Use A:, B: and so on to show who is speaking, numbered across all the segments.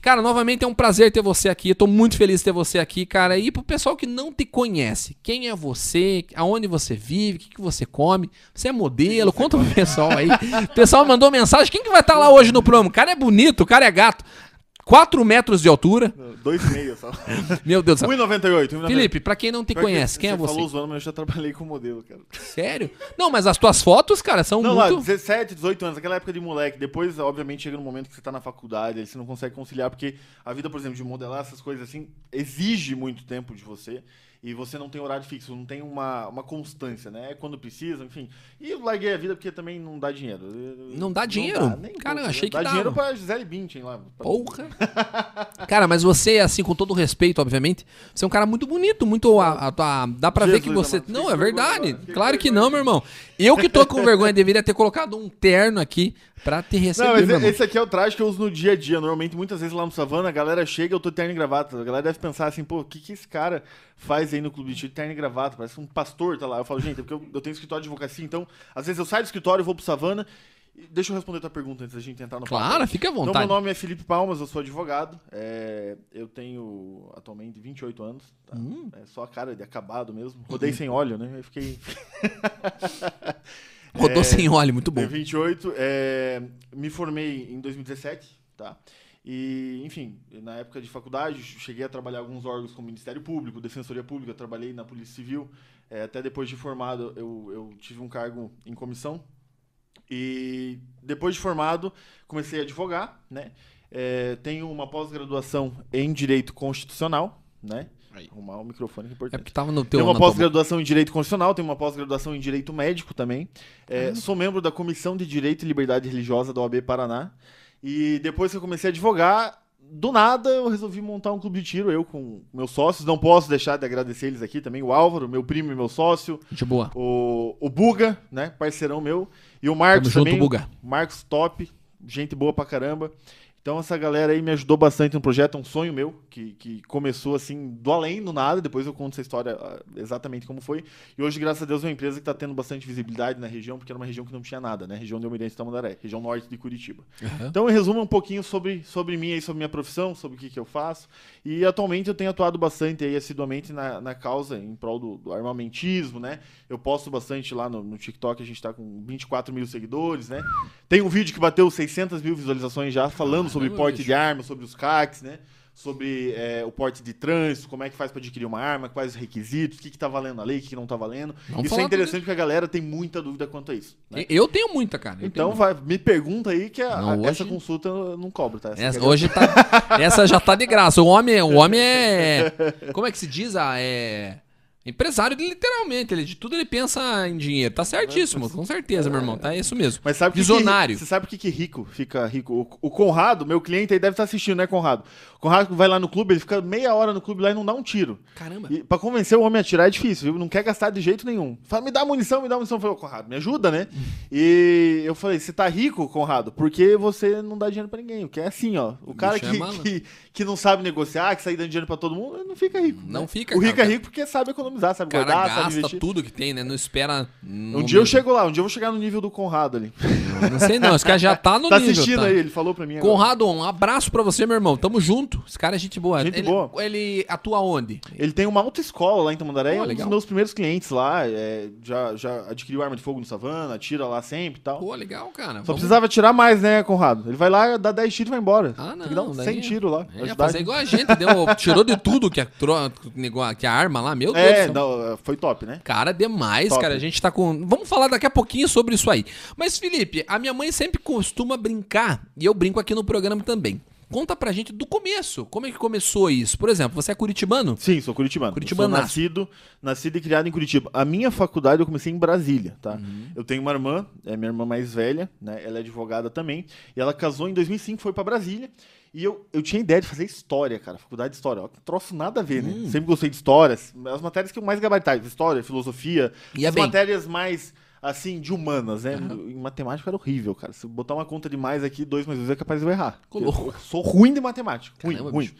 A: Cara, novamente é um prazer ter você aqui. Eu tô muito feliz de ter você aqui, cara. E pro pessoal que não te conhece, quem é você? Aonde você vive? O que, que você come? Você é modelo? Conta pro pessoal aí. O pessoal mandou mensagem. Quem que vai estar lá hoje no promo? O cara é bonito, o cara é gato. 4 metros de altura.
B: Dois e meio só.
A: Meu Deus do céu.
B: 1,98. 1,98.
A: Felipe, pra quem não te
B: Pior que
A: conhece, quem é
B: Você
A: você?
B: falou zoando, mas eu já trabalhei com modelo, cara.
A: Sério? Não, mas as tuas fotos, cara, são
B: Não, lá,
A: muito.
B: 17, 18 anos, aquela época de moleque. Depois, obviamente, chega no momento que você tá na faculdade, aí você não consegue conciliar, porque a vida, por exemplo, de modelar essas coisas assim, exige muito tempo de você. E você não tem horário fixo, não tem uma, uma constância, né? É quando precisa, enfim. E eu larguei a vida porque também não dá dinheiro.
A: Não dá dinheiro?
B: nem um
A: Cara,
B: pouco.
A: eu achei que
B: dá. Dá
A: dava.
B: dinheiro pra Gisele Bündchen lá. pra-
A: Porra! Cara, mas você, assim, com todo o respeito, obviamente, você é um cara muito bonito, muito. A, a- a- dá pra ver
B: Jesus
A: que você.
B: amado,
A: não,
B: fiquei
A: é
B: com
A: verdade.
B: vergonha agora, fiquei
A: Claro
B: com
A: que não, meu irmão. Eu que tô com vergonha, deveria ter colocado um terno aqui pra te receber,
B: Não, mas
A: meu irmão.
B: esse aqui é o traje que eu uso no dia a dia. Normalmente, muitas vezes lá no Savana, a galera chega, eu tô terno e gravata. A galera deve pensar assim, pô, o que, que esse cara faz aí no clube de tiro, terno e gravata? Parece um pastor, tá lá. Eu falo, gente, é porque eu, eu tenho escritório de advocacia, então, às vezes eu saio do escritório, vou pro Savana. E Deixa eu responder a tua pergunta antes da gente entrar no
A: Claro, fica à
B: então,
A: vontade.
B: meu nome é Felipe Palmas, eu sou advogado. É, eu tenho atualmente 28 anos. tá?
A: Hum.
B: É só a cara de acabado mesmo. Rodei sem óleo, né? Eu fiquei. É,
A: Rodou sem óleo, muito bom.
B: Tenho 28. é, me formei em 2017, tá? E, enfim, na época de faculdade, cheguei a trabalhar em alguns órgãos como Ministério Público, Defensoria Pública, trabalhei na Polícia Civil. É, até depois de formado, eu, eu tive um cargo em comissão. E depois de formado, comecei a advogar, né? É, tenho uma pós-graduação em Direito Constitucional, né?
C: Aí.
B: Arrumar o microfone que é
A: É
B: importante.
A: porque tava no teu.
B: Tem uma
A: na tua
B: pós-graduação em Direito Constitucional, tem uma pós-graduação em Direito Médico também. É, Sou membro da Comissão de Direito e Liberdade Religiosa da OAB Paraná. E depois que eu comecei a advogar, do nada eu resolvi montar um clube de tiro, eu com meus sócios. Não posso deixar de agradecer eles aqui também, o Álvaro, meu primo e meu sócio,
A: mão. De boa.
B: o, o Buga, né, parceirão meu, e o Marcos
A: Tamo junto,
B: também. um
A: Buga.
B: Marcos top, gente boa pra caramba. Então essa galera aí me ajudou bastante no projeto, é um sonho meu, que, que começou assim, do além, do nada, depois eu conto essa história ah, exatamente como foi. E hoje, graças a Deus, é uma empresa que tá tendo bastante visibilidade na região, porque era uma região que não tinha nada, né? Região de Almirante Tamandaré, região norte de Curitiba.
A: Aham.
B: Então, em resumo, um pouquinho sobre, sobre mim aí, sobre minha profissão, sobre o que, que eu faço. E atualmente eu tenho atuado bastante aí, assiduamente, na, na causa em prol do, do armamentismo, né? Eu posto bastante lá no, no TikTok, a gente tá com 24 mil seguidores, né? Tem um vídeo que bateu 600 mil visualizações já, falando sobre
A: Caramba,
B: porte
A: bicho.
B: de arma, sobre os CACs, né? Sobre é, o porte de trânsito, como é que faz para adquirir uma arma, quais os requisitos, o que, que tá valendo a lei, o que, que não tá valendo.
A: Vamos
B: isso
A: falar
B: é
A: tudo
B: interessante porque a galera tem muita dúvida quanto a isso. né?
A: Eu tenho muita, cara. Eu
B: Então
A: tenho
B: vai, me pergunta aí que a-
A: Não,
B: a-
A: hoje-
B: essa consulta eu não cobro, tá? Essa
A: Essa,
B: aqui é
A: hoje tá. Essa já tá de graça. O homem, o homem é. Como é que se diz? Ah, é. Empresário, ele, literalmente. Ele, de tudo ele pensa em dinheiro. Tá certíssimo, com certeza, meu irmão. Tá isso mesmo.
B: Mas sabe o que
A: Visionário.
B: Que, você sabe o que, que rico fica rico? O, o Conrado, meu cliente aí deve estar assistindo, né, Conrado? O Conrado vai lá no clube, ele fica meia hora no clube lá e não dá um tiro.
A: Caramba.
B: E pra convencer o homem a tirar é difícil, viu? Não quer gastar de jeito nenhum. Fala, me dá munição, me dá munição. Eu falei, ô, Conrado, me ajuda, né? E eu falei, você tá rico, Conrado, porque você não dá dinheiro pra ninguém. O que é assim, ó. O cara
A: bicho é
B: que,
A: malandro.
B: que, que não sabe negociar, que sai dando dinheiro pra todo mundo, ele não fica rico.
A: Não
B: né?
A: fica,
B: O rico
A: cara.
B: é rico porque sabe economizar,
A: O
B: sabe
A: cara
B: guardar, sabe
A: gasta
B: investir.
A: tudo que tem, né? Não espera.
B: Um dia eu chego lá, um dia eu vou chegar no nível do Conrado ali.
A: Não sei não. Esse cara já tá no
B: tá
A: nível.
B: assistindo
A: tá.
B: aí, ele falou pra mim agora.
A: Conrado, um abraço pra você, meu irmão. Tamo junto. Esse cara é gente boa.
B: Gente
A: ele,
B: boa.
A: ele atua onde?
B: Ele tem uma autoescola lá em Tamandaré,
A: Pô,
B: é um dos
A: legal.
B: meus primeiros clientes lá. é, já, já adquiriu arma de fogo no savana, tira lá sempre e tal.
A: Pô, legal, cara.
B: Só precisava tirar mais, né, Conrado? Ele vai lá, dá 10 tiros e vai embora.
A: Ah, não,
B: Tem que dar uns
A: daí
B: 100
A: é-
B: tiros lá.
A: É,
B: ajudar
A: fazer
B: ele.
A: igual a gente, deu, tirou de tudo que a, tro- que a arma lá, meu Deus do
B: É,
A: céu.
B: não, foi top, né?
A: Cara, demais,
B: Top.
A: cara. A gente tá com. Vamos falar daqui a pouquinho sobre isso aí. Mas, Felipe, a minha mãe sempre costuma brincar, e eu brinco aqui no programa também. Conta pra gente do começo. Como é que começou isso? Por exemplo, você é curitibano?
B: Sim, sou curitibano.
A: Curitibanaço.
B: Sou nascido, nascido e criado em Curitiba. A minha faculdade eu comecei em Brasília, tá?
A: Uhum.
B: Eu tenho uma irmã, é minha irmã mais velha, né? Ela é advogada também. E ela casou em 2005, foi pra Brasília. E eu, eu tinha ideia de fazer história, cara. Faculdade de história. Ó, que troço nada a ver, né?
A: Hum.
B: Sempre gostei de histórias. As matérias que eu mais gabaritava. História, filosofia.
A: Ia é
B: as
A: bem.
B: matérias mais, assim, de humanas, né? Em matemática era horrível, cara. Se eu botar uma conta de mais aqui, dois mais dois é capaz de eu errar.
A: Ô, louco.
B: Eu sou ruim de matemática. Ruim,
A: Caramba,
B: ruim.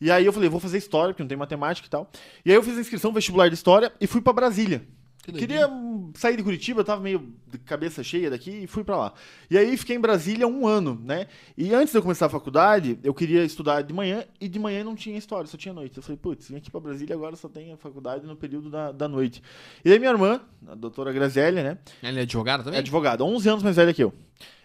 B: E aí eu falei, vou fazer história, porque não tem matemática e tal. E aí eu fiz a inscrição vestibular de história e fui pra Brasília.
A: Que
B: Queria hum, sair de Curitiba, eu tava meio de cabeça cheia daqui e fui pra lá. E aí fiquei em Brasília um ano, né? E antes de eu começar a faculdade, eu queria estudar de manhã e de manhã não tinha história, só tinha noite. Eu falei, putz, vim aqui pra Brasília agora só tem a faculdade no período da, da noite. E aí minha irmã, a doutora Graziella, né?
A: Ele é advogado também?
B: É advogada, 11 anos mais velha que eu.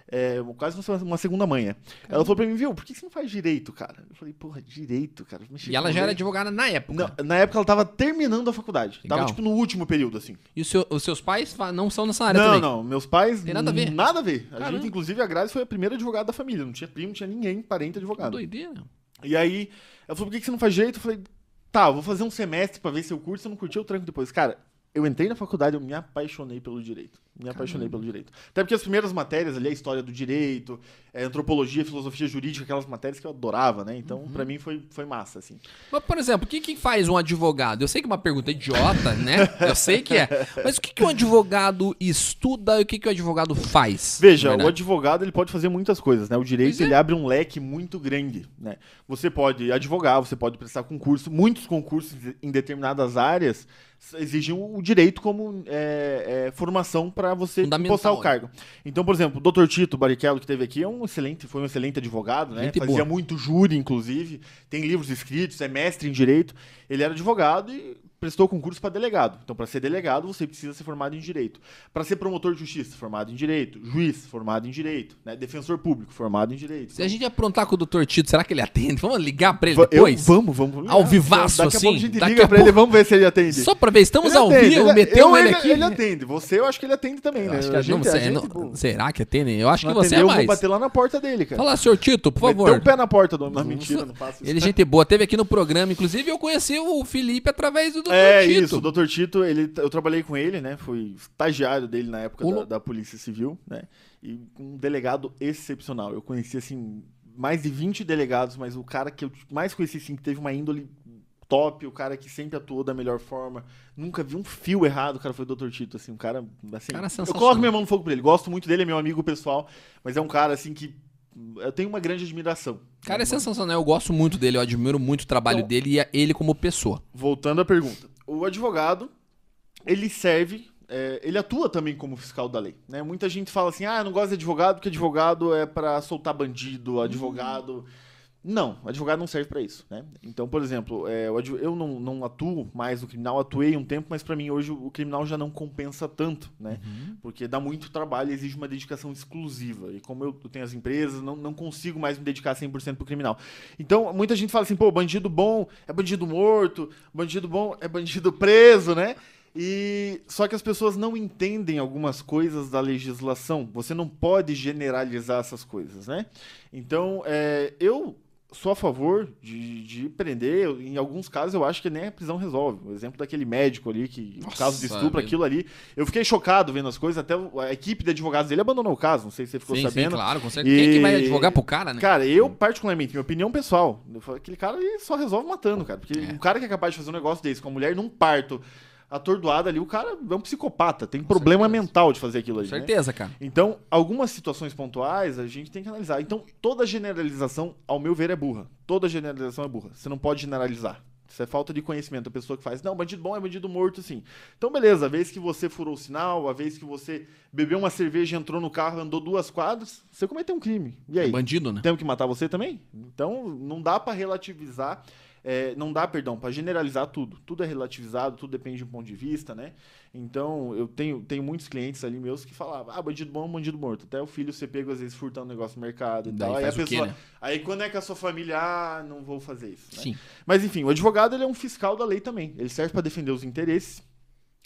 B: É, quase uma- uma segunda mãe, né? Ela falou pra mim, viu, por que você não faz direito, cara? Eu falei, porra, direito, cara. mexer
A: E ela
B: com
A: já era
B: lei."
A: advogada na época.
B: Não, na época ela tava terminando a faculdade.
A: Legal.
B: Tava, tipo, no último período, assim.
A: E o seu- os seus pais fa- não são nessa área
B: Não,
A: Ah, também?
B: não. Meus pais.
A: Tem nada a ver.
B: Nada a ver. A
A: Caramba.
B: gente, inclusive, a Grazi foi a primeira advogada da família. Não tinha primo, não tinha ninguém, parente advogado.
A: Doideira.
B: E aí, ela falou: por que que você não faz direito? Eu falei: tá, eu vou fazer um semestre pra ver se eu curto. Se eu não curtir, eu tranco depois. Cara, eu entrei na faculdade, eu me apaixonei pelo direito. Me apaixonei pelo direito. Até porque as primeiras matérias ali, a história do direito, eh, antropologia, filosofia jurídica, aquelas matérias que eu adorava, né? Então, pra mim foi, foi massa, assim.
A: Mas, por exemplo, o que, que faz um advogado? Eu sei que é uma pergunta idiota, né? Eu sei que é. Mas o que, que um advogado estuda e o que, que o advogado faz?
B: Veja,
A: na
B: o
A: verdade?
B: advogado ele pode fazer muitas coisas, né? O direito
A: Pois é.
B: ele abre um leque muito grande, né? Você pode advogar, você pode prestar concurso, muitos concursos em determinadas áreas exigem o direito como é, é, formação para você
A: Fundamental,
B: postar o
A: né?
B: cargo. Então, por exemplo, o Dr. Tito Barrichello que teve aqui é um excelente, foi um excelente advogado, né?
A: Gente
B: Fazia
A: boa.
B: muito júri, inclusive, tem livros escritos, é mestre em direito. Ele era advogado e prestou concurso para delegado. Então, para ser delegado, você precisa ser formado em direito. Para ser promotor de justiça, formado em direito. Juiz, formado em direito. né? Defensor público, formado em direito.
A: Se a gente aprontar com o Dr. Tito, será que ele atende? Vamos ligar pra ele
B: Va- eu-
A: depois?
B: vamos, vamos.
A: Ao
B: ligar.
A: vivaço,
B: Daqui a pouco
A: assim,
B: a gente
A: daqui a
B: liga para ele, vamos ver se ele atende.
A: Só pra ver, estamos
B: Ele
A: ao
B: atende,
A: vivo,
B: ele-
A: metemos
B: eu-
A: ele aqui.
B: Ele atende. Você, eu acho que ele atende também,
A: Eu
B: né?
A: acho que- não,
B: a
A: sei-
B: gente,
A: não-
B: pô,
A: será que atende? Eu acho que
B: não
A: você
B: atendeu,
A: é
B: Eu vou
A: mais.
B: bater lá na porta dele, cara.
A: Fala, senhor Tito, por
B: Meteu o
A: favor.
B: pé na porta do homem. Não, mentira, não faço isso.
A: Ele é gente boa, teve aqui no programa. Inclusive, eu conheci o Felipe através do Dr.
B: É
A: Tito.
B: isso, o Dr. Tito, ele, eu trabalhei com ele, né? Fui estagiário dele na época
A: Ô,
B: da,
A: lou-
B: da Polícia Civil, né? E um delegado excepcional. Eu conheci, assim, mais de 20 delegados, mas o cara que eu mais conheci, assim, que teve uma índole top, o cara que sempre atuou da melhor forma, nunca vi um fio errado, cara, foi o Dr. Tito, assim, um cara, assim...
A: Cara
B: eu
A: sensacional.
B: coloco minha mão no fogo pra ele, gosto muito dele, é meu amigo pessoal, mas é um cara, assim, que eu tenho uma grande admiração.
A: Cara, é
B: Uma-
A: sensacional. Eu gosto muito dele, eu admiro muito o trabalho
B: Então-
A: dele e a- ele como pessoa.
B: voltando à pergunta. O advogado, ele serve, é, ele atua também como fiscal da lei. Né? Muita gente fala assim, ah, eu não gosto de advogado porque advogado é para soltar bandido, advogado... Não, advogado não serve para isso, né? Então, por exemplo, é, o advo- eu não, não atuo mais no criminal, atuei um tempo, mas para mim hoje o criminal já não compensa tanto, né? Porque dá muito trabalho, e exige uma dedicação exclusiva. E como eu tenho as empresas, não, não consigo mais me dedicar 100% pro criminal. Então, muita gente fala assim, pô, bandido bom é bandido morto, bandido bom é bandido preso, né? E só que as pessoas não entendem algumas coisas da legislação. Você não pode generalizar essas coisas, né? Então, é, eu sou a favor de, de prender. Eu- Em alguns casos, eu acho que nem a prisão resolve. O exemplo daquele médico ali, que o
A: Nossa,
B: caso de estupro,
A: é
B: aquilo ali. Eu fiquei chocado vendo as coisas. Até o- a equipe de advogados dele abandonou o caso. Não sei se você ficou
A: Sim, sim,
B: sabendo.
A: claro, com certeza. Quem é que vai
B: E-
A: advogar pro cara, né?
B: Cara, eu, particularmente, minha opinião pessoal, eu falo, aquele cara ele só resolve matando, cara. Porque
A: É.
B: um cara que é capaz de fazer um negócio desse com a mulher num parto, atordoada ali, o cara é um psicopata, tem problema
A: certeza.
B: mental de fazer aquilo
A: com
B: ali. né?
A: certeza, cara.
B: Então, algumas situações pontuais a gente tem que analisar. Então, toda generalização, ao meu ver, é burra. Toda generalização é burra. Você não pode generalizar. Isso é falta de conhecimento. A pessoa que faz, não, bandido bom é bandido morto, sim. Então, beleza, a vez que você furou o sinal, a vez que você bebeu uma cerveja, entrou no carro, andou duas quadras, você cometeu um crime. E aí?
A: É bandido, né?
B: Temos que matar você também? Então, não dá pra relativizar, é, não dá, perdão, pra generalizar tudo. Tudo é relativizado, tudo depende de um ponto de vista, né? Então, eu tenho, tenho muitos clientes ali meus que falavam, ah, bandido bom, é bandido morto. Até o filho ser pego, às vezes, furtando um negócio no mercado e
A: Daí
B: tal. Então, Aí a
A: faz o quê,
B: pessoa...
A: né?
B: Aí quando é que a sua família, ah, não vou fazer isso, né?
A: Sim.
B: Mas enfim, o advogado ele é um fiscal da lei também. Ele serve para defender os interesses.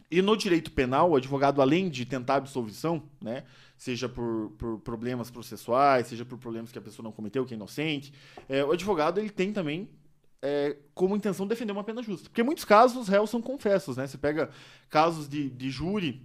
B: E no direito penal, o advogado, além de tentar a absolvição, né, seja por, por problemas processuais, seja por problemas que a pessoa não cometeu, que é inocente, é, o advogado ele tem também é, como intenção defender uma pena justa. Porque em muitos casos os réus são confessos, né? Você pega casos de, de júri,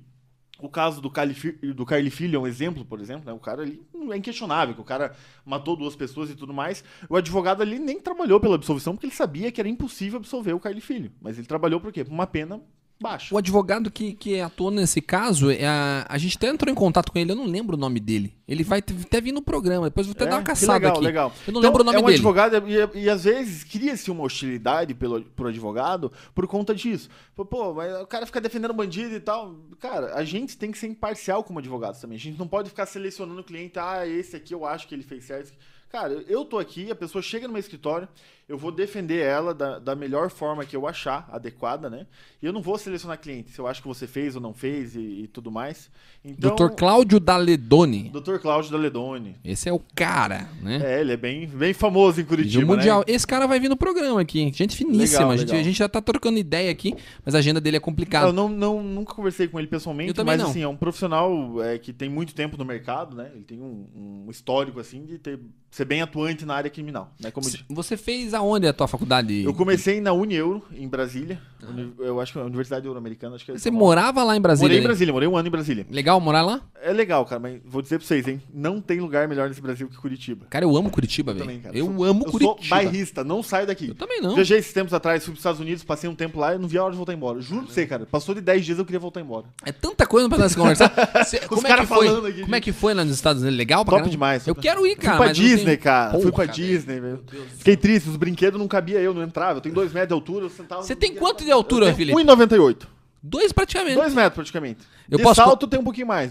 B: o caso do Carli, Fi- do Carli Filho é um exemplo, por exemplo, né? O cara ali hum, é inquestionável, que o cara matou duas pessoas e tudo mais. O advogado ali nem trabalhou pela absolvição porque ele sabia que era impossível absolver o Carli Filho. Mas ele trabalhou por quê? Por uma pena baixo.
A: O advogado que, que atuou nesse caso, é a, a gente até entrou em contato com ele, eu não lembro o nome dele. Ele vai t- até vir no programa, depois vou até
B: É?
A: dar uma
B: Que
A: caçada
B: legal,
A: aqui.
B: legal.
A: Eu não
B: Então,
A: lembro o nome
B: é um
A: dele.
B: advogado e, e às vezes cria-se uma hostilidade pelo, pro advogado por conta disso. Pô, Pô, mas o cara fica defendendo bandido e tal. Cara, a gente tem que ser imparcial como advogado também. A gente não pode ficar selecionando o cliente, ah, esse aqui eu acho que ele fez certo. Cara, eu tô aqui, a pessoa chega no meu escritório, eu vou defender ela da, da melhor forma que eu achar adequada, né? E eu não vou selecionar cliente, se eu acho que você fez ou não fez e, e tudo mais. Então,
A: Dr. Cláudio Daledoni.
B: Dr. Cláudio Daledoni.
A: Esse é o cara, né?
B: É, ele é bem, bem famoso em
A: De
B: Curitiba, né?
A: mundial. Esse cara vai vir no programa aqui. Gente finíssima.
B: Legal,
A: a, gente,
B: legal.
A: a gente já tá trocando ideia aqui, mas a agenda dele é complicada.
B: Eu não, não- nunca conversei com ele
A: Eu
B: pessoalmente,
A: também
B: mas
A: não.
B: assim, é um profissional é, que tem muito tempo no mercado, né? Ele tem um, um histórico, assim, de ter- ser bem atuante na área criminal, né? Como eu
A: C-
B: disse.
A: Você fez aonde a tua faculdade?
B: Eu comecei na Unieuro, em Brasília. Uni- Eu acho que é a Universidade Euro-Americana, acho que é
A: Ah. Você
B: esse o nome.
A: morava lá em Brasília?
B: Morei em
A: né?
B: Brasília, morei um ano em Brasília.
A: Legal morar lá?
B: É legal, cara, mas vou dizer pra vocês, hein? Não tem lugar melhor nesse Brasil que Curitiba.
A: Cara, eu amo Curitiba, velho.
B: também, cara.
A: Eu, amo
B: Eu
A: Curitiba.
B: sou bairrista, não saio daqui.
A: Eu também não.
B: Viajei esses tempos atrás, fui pros Estados Unidos, passei um tempo lá e não vi a hora de voltar embora. Juro pra você, cara. Passou de 10 dias eu queria voltar embora.
A: É tanta coisa pra nós conversar. Cê- como, é que
B: caras falando
A: foi,
B: aqui,
A: como é que foi lá nos Estados Unidos? Legal pra
B: Top
A: caramba?
B: demais.
A: Eu quero ir, cara.
B: fui pra
A: Ah, mas não tem-
B: Disney, cara. fui pra
A: Porra,
B: Disney, velho. Fiquei triste, os brinquedos não cabia eu, não entrava. Eu tenho 2 metros de altura, eu sentava.
A: Você tem quanto de altura, Felipe?
B: 1,98.
A: Dois praticamente.
B: 2 metros praticamente.
A: Eu
B: de
A: posso-
B: salto tem um pouquinho mais.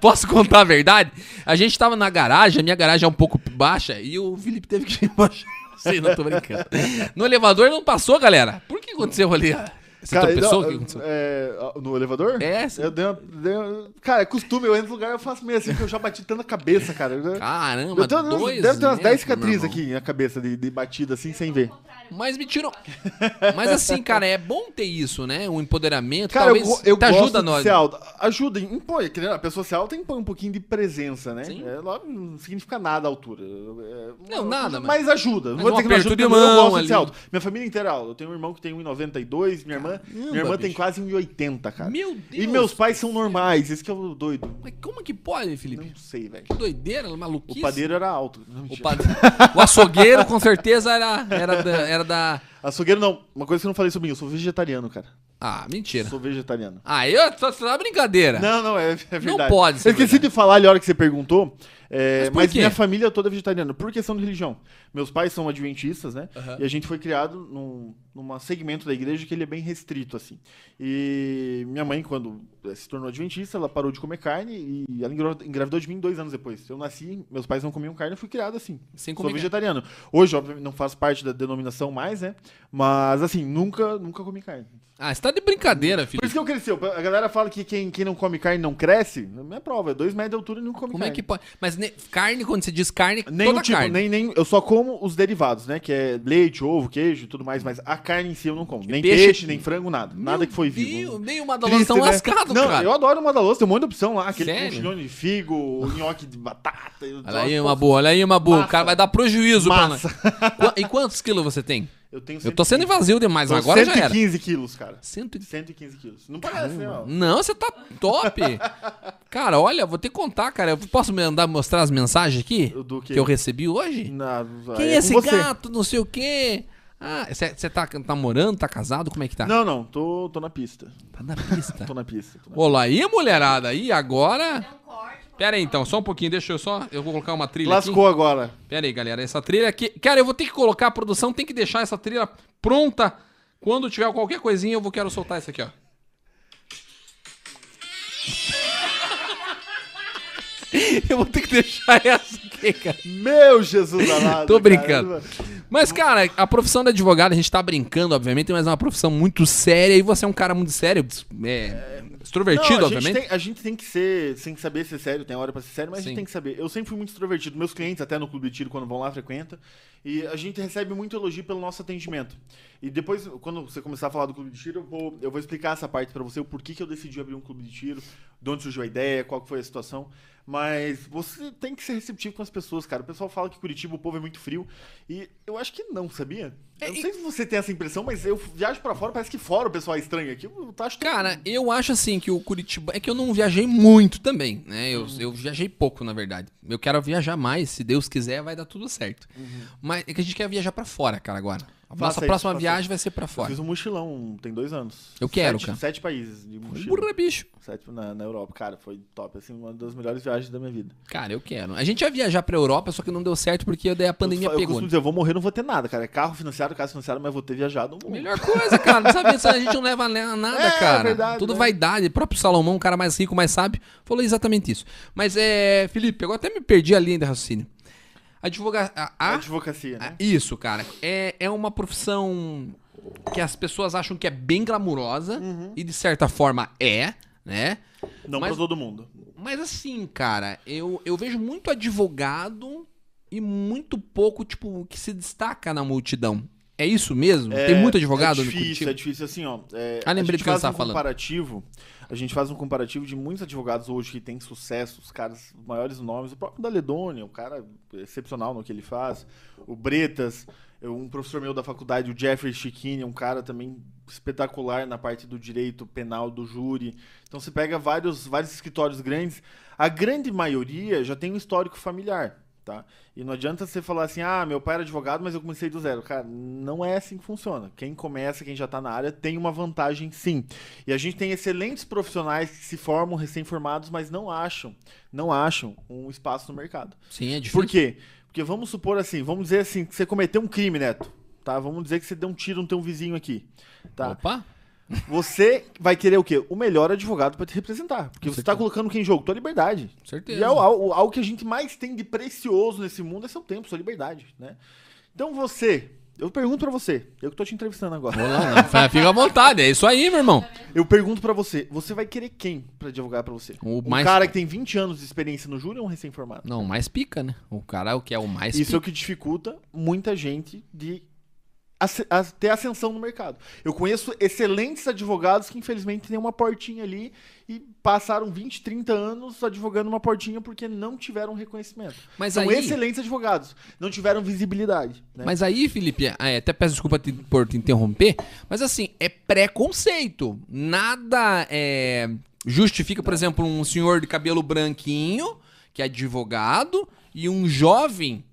A: Posso contar a verdade? A gente tava na garagem, a minha garagem é um pouco baixa e o Felipe teve que baixar. Sei, não tô brincando. No elevador não passou, galera. Por que aconteceu ali? Você
B: Cara,
A: tropeçou?
B: não,
A: O que aconteceu?
B: é, no elevador?
A: É, sim.
B: Eu dei uma, dei uma- Cara, é costume, eu entro no lugar eu faço meio assim, que eu já bati tanto na cabeça, cara. Eu-
A: Caramba,
B: eu tenho, uns-
A: dois
B: deve ter umas
A: metros,
B: 10
A: meu
B: cicatrizes
A: irmão.
B: aqui na cabeça de, de batida assim, sem ver.
A: Mas me tirou. Mas assim, cara, é bom ter isso, né? Um empoderamento.
B: Cara,
A: talvez
B: eu, eu
A: te
B: gosto
A: ajuda
B: de
A: nós.
B: ser alto. Ajuda, impõe. querendo- A pessoa ser alta impõe um pouquinho de presença, né?
A: Sim.
B: É, lá não significa nada a altura. É,
A: Não, nada,
B: Mas, ajuda. Não
A: mas
B: vou
A: um
B: dizer que
A: aperto
B: não ajuda,
A: de
B: porque eu
A: mão
B: gosto de ser
A: ali.
B: alto. Minha família inteira é alta. Eu tenho um irmão que tem 1,92, minha irmã... minha irmã tem
A: bicho.
B: quase 1,80, cara.
A: Meu Deus.
B: E meus pais são normais, esse que é o doido.
A: Mas como que pode, Felipe?
B: Não sei, velho.
A: Que doideira,
B: O
A: maluquice.
B: padeiro era alto. Não,
A: O,
B: mentira.
A: pade- o açougueiro, com certeza, era, era, da, era da.
B: Açougueiro não. Uma coisa que eu não falei sobre mim, eu sou vegetariano, cara.
A: Ah, mentira.
B: Sou vegetariano.
A: Ah, eu só só na brincadeira.
B: Não, não, é, é verdade.
A: pode ser
B: Eu esqueci
A: verdade.
B: de falar ali a hora que você perguntou, é,
A: Mas por
B: mas,
A: quê?
B: minha família é toda vegetariana, por questão de religião. Meus pais são adventistas, né?
A: Aham.
B: E a gente foi criado num numa segmento da igreja que ele é bem restrito, assim. E minha mãe, quando eh, se tornou adventista, ela parou de comer carne e ela engro- engravidou de mim dois anos depois. Eu nasci, meus pais não comiam carne, eu fui criado assim.
A: Sem
B: Sou
A: comer
B: vegetariano. Hoje, obviamente, não faço parte da denominação mais, né? Mas, assim, nunca, nunca comi carne.
A: Ah, você tá de brincadeira,
B: Por isso
A: Felipe.
B: que eu cresci. A galera fala que quem, quem não come carne não cresce. Não é prova, é dois metros de altura e não come
A: Como é
B: carne.
A: que pode? Mas ne- carne, quando você diz carne,
B: Nem
A: toda
B: o tipo,
A: carne.
B: nem, nem. Eu só como os derivados, né? Que é leite, ovo, queijo e tudo mais, mas a carne em si eu não como. Nem
A: Peixe.
B: peixe, nem frango, nada.
A: Meu
B: nada que foi vivo.
A: Deus, Nem o Madalão
B: Triste,
A: tão
B: né?
A: lascado,
B: não,
A: cara.
B: eu adoro uma da louça, tem um monte de opção lá. Aquele
A: Sério?
B: com chilhone de figo, nhoque de batata. eu
A: Olha aí
B: adoro.
A: uma boa, olha aí uma boa. O
B: Massa.
A: cara vai dar prejuízo
B: Massa.
A: pra nós. Qu- E quantos quilos você tem?
B: Eu tenho
A: Eu tô sendo invasivo demais, mas agora já era.
B: 115 quilos, cara.
A: 115.
B: 115 quilos. Não parece, né? ó?
A: Não, você tá top. cara, olha, vou ter que contar, cara. Eu posso me andar mostrar as mensagens aqui
B: Do quê?
A: que eu recebi hoje?
B: Na-
A: Quem é
B: com
A: esse
B: você.
A: gato? Não sei o quê. Ah, você tá, tá morando? Tá casado? Como é que tá?
B: Não, não, tô, tô na pista.
A: Tá na pista.
B: Tô na pista. Tô na
A: Olá aí, mulherada. aí agora. Pera aí então, só um pouquinho. Deixa eu só. Eu vou colocar uma trilha
B: Lascou agora.
A: aqui. Pera aí, galera. Essa trilha aqui. Cara, eu vou ter que colocar a produção. Tem que deixar essa trilha pronta. Quando tiver qualquer coisinha, eu vou quero soltar isso aqui, ó. Eu vou ter que deixar essa aqui, cara.
B: Meu Jesus amado.
A: Tô
B: cara.
A: brincando. Mas, cara, a profissão da advogada, a gente tá brincando, obviamente, mas é uma profissão muito séria e você é um cara muito sério, é,
B: Não,
A: extrovertido,
B: a, gente
A: obviamente.
B: tem, a gente tem que ser, tem que saber ser sério, tem hora pra ser sério, mas a
A: Sim.
B: gente tem que saber. Eu sempre fui muito extrovertido, meus clientes até no clube de tiro quando vão lá frequenta, e a gente recebe muito elogio pelo nosso atendimento. E depois, quando você começar a falar do clube de tiro, eu vou, eu vou explicar essa parte pra você, o porquê que eu decidi abrir um clube de tiro, de onde surgiu a ideia, qual que foi a situação. Mas você tem que ser receptivo com as pessoas, cara. O pessoal fala que Curitiba o povo é muito frio. E eu acho que não, sabia? Eu não sei se você tem essa impressão, mas eu viajo pra fora, parece que fora o pessoal é estranho aqui. Eu acho tão-
A: Cara, eu acho assim que o Curitiba. É que eu não viajei muito também, né? Eu,
B: Uhum.
A: eu viajei pouco, na verdade. Eu quero viajar mais, se Deus quiser, vai dar tudo certo.
B: Uhum.
A: Mas é que a gente quer viajar pra fora, cara, agora. A
B: Faça
A: nossa
B: isso,
A: próxima
B: faça
A: viagem
B: isso.
A: vai ser pra
B: Eu
A: fora.
B: fiz um mochilão, tem dois anos.
A: Eu quero,
B: sete,
A: cara.
B: Sete países de um mochila.
A: Burra, bicho.
B: Sete na, na Europa. Cara, foi top. Assim, uma das melhores viagens da minha vida.
A: Cara, eu quero. A gente ia viajar pra Europa, só que não deu certo porque daí a pandemia
B: eu, eu
A: pegou.
B: costumo dizer, eu vou morrer, não vou ter nada, cara. É carro financiado, casa financiada, mas vou ter viajado um
A: Melhor coisa, cara. Não sabe isso, a gente não leva ne- nada,
B: É,
A: cara.
B: verdade,
A: Tudo
B: né?
A: vaidade. O próprio Salomão, o cara mais rico, mais sábio, falou exatamente isso. Mas, é, Felipe, eu até me perdi a linha de raciocínio. Advoga... a- a-
B: Advocacia, né?
A: Isso, cara. É, é uma profissão que as pessoas acham que é bem glamurosa
B: Uhum.
A: e de certa forma é, né?
B: Não
A: Mas-
B: pra todo mundo.
A: Mas assim, cara, eu, eu vejo muito advogado e muito pouco, tipo, que se destaca na multidão. É isso mesmo? Tem muito advogado no
B: é difícil,
A: Curitiba?
B: é difícil assim, ó. é,
A: Ah, lembrei do
B: a gente
A: que você
B: faz
A: tava
B: um
A: falando.
B: comparativo, a gente faz um comparativo de muitos advogados hoje que têm sucesso, os caras, os maiores nomes, o próprio Daledônia, um cara excepcional no que ele faz, o Bretas, eu- um professor meu da faculdade, o Jeffrey Chiquini, um cara também espetacular na parte do direito penal do júri. Então você pega vários, vários escritórios grandes, a grande maioria já tem um histórico familiar, tá? E não adianta você falar assim, ah, meu pai era advogado, mas eu comecei do zero. Cara, não é assim que funciona. Quem começa, quem já tá na área, tem uma vantagem sim. E a gente tem excelentes profissionais que se formam recém-formados, mas não acham, não acham um espaço no mercado.
A: Sim, é difícil.
B: Por quê? Porque vamos supor assim, vamos dizer assim, que você cometeu um crime, Neto. Tá? Vamos dizer que você deu um tiro no teu vizinho aqui. Tá?
A: Opa!
B: Você vai querer o quê? O melhor advogado pra te representar. Porque você tá colocando quem em jogo? Tua liberdade.
A: Com certeza.
B: E é algo, algo que a gente mais tem de precioso nesse mundo é seu tempo, sua liberdade, né? Então você, eu pergunto pra você, eu que tô te entrevistando agora.
A: Vou lá, não. Fa- Fica à vontade, é isso aí, meu irmão.
B: Eu pergunto pra você, você vai querer quem pra advogar pra você?
A: O
B: um
A: mais-
B: cara que tem 20 anos de experiência no júri ou um recém-formado?
A: Não, mais pica, né? O cara é o que é o mais
B: Isso é o
A: pica.
B: que dificulta muita gente de asce- a- ter ascensão no mercado. Eu conheço excelentes advogados que infelizmente têm uma portinha ali e passaram 20, 30 anos advogando uma portinha porque não tiveram reconhecimento.
A: Mas
B: São
A: aí-
B: excelentes advogados, não tiveram visibilidade. Né?
A: Mas aí, Felipe, ah, é, até peço desculpa te- por te interromper, mas assim, é preconceito. Nada é, justifica, por exemplo, um senhor de cabelo branquinho, que é advogado, e um jovem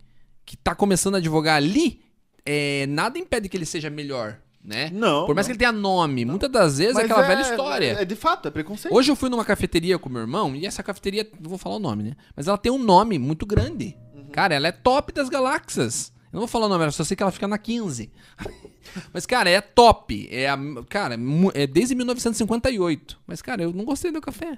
A: que tá começando a advogar ali, é, nada impede que ele seja melhor, né?
B: Não.
A: Por mais que ele tenha nome, muitas das vezes é aquela velha história.
B: É, de fato, é preconceito.
A: Hoje eu fui numa cafeteria com meu irmão e essa cafeteria, não vou falar o nome, né? Mas ela tem um nome muito grande.
B: Uhum.
A: Cara, ela é top das galáxias. Eu não vou falar o nome, eu só sei que ela fica na 15. Mas, cara, é top. É a, cara, mu- é desde 1958. Mas, cara, eu não gostei do café.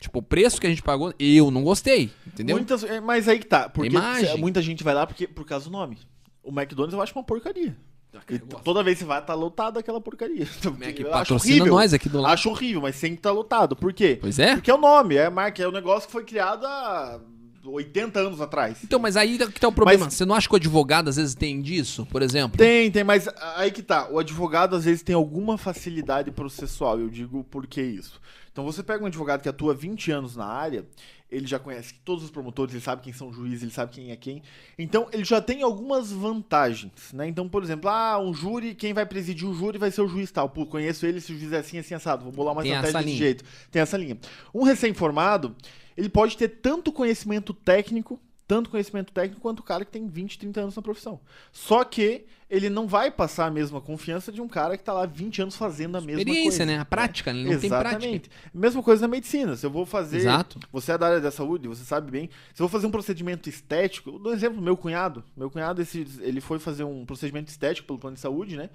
A: Tipo, o preço que a gente pagou, eu não gostei. Entendeu?
B: Muitas, é, mas aí que tá. Porque
A: Imagem.
B: cê- muita gente vai lá porque, por causa do nome. O McDonald's eu acho uma porcaria.
A: Ah, cara,
B: E
A: eu
B: t-
A: gosto.
B: toda vez que você vai, tá lotado aquela porcaria.
A: Mac
B: Eu acho
A: patrocina
B: horrível.
A: nós aqui do lado.
B: Acho horrível, mas sempre tá lotado. Por quê?
A: Pois é.
B: Porque é o nome, é a marca, é o negócio que foi criado há 80 anos atrás.
A: Então, mas aí que tá o problema.
B: Mas-
A: Você não acha que o advogado às vezes tem disso, por exemplo?
B: Tem, tem, mas aí que tá. O advogado às vezes tem alguma facilidade processual. Eu digo por que isso. Então você pega um advogado que atua 20 anos na área, ele já conhece todos os promotores, ele sabe quem são os juízes, ele sabe quem é quem. Então ele já tem algumas vantagens, né? Então, por exemplo, ah, um júri, quem vai presidir o júri vai ser o juiz tal. Pô, conheço ele, se o juiz é assim, assim, assado. Vou bolar uma
A: Tem essa
B: estratégia desse
A: linha.
B: jeito. Tem essa linha. Um recém-formado, ele pode ter tanto conhecimento técnico, tanto conhecimento técnico quanto o cara que tem 20, 30 anos na profissão. Só que ele não vai passar a mesma confiança de um cara que tá lá 20 anos fazendo a mesma coisa.
A: Experiência, né? A prática, né? Ele não tem prática.
B: Exatamente. Mesma coisa na medicina. Se eu vou fazer.
A: Exato.
B: Você é da área da saúde, você sabe bem. Se eu vou fazer um procedimento estético, eu dou um exemplo, meu cunhado. Meu cunhado, esse- ele foi fazer um procedimento estético pelo plano de saúde, né?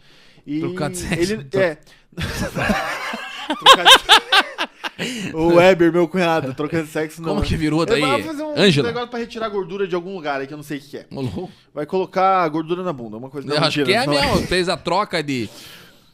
B: E
A: Pelo plano de saúde.
B: ele. É. Trocado de- o Weber, meu cunhado, trocando sexo não.
A: Como que virou daí?
B: Ele vai fazer um
A: Ângela.
B: negócio pra retirar gordura de algum lugar aí que eu não sei o que que é.
A: Ô, louco.
B: Vai colocar gordura na bunda, uma coisa
A: eu acho
B: mentira,
A: que é
B: não
A: mesmo. Fez a troca de.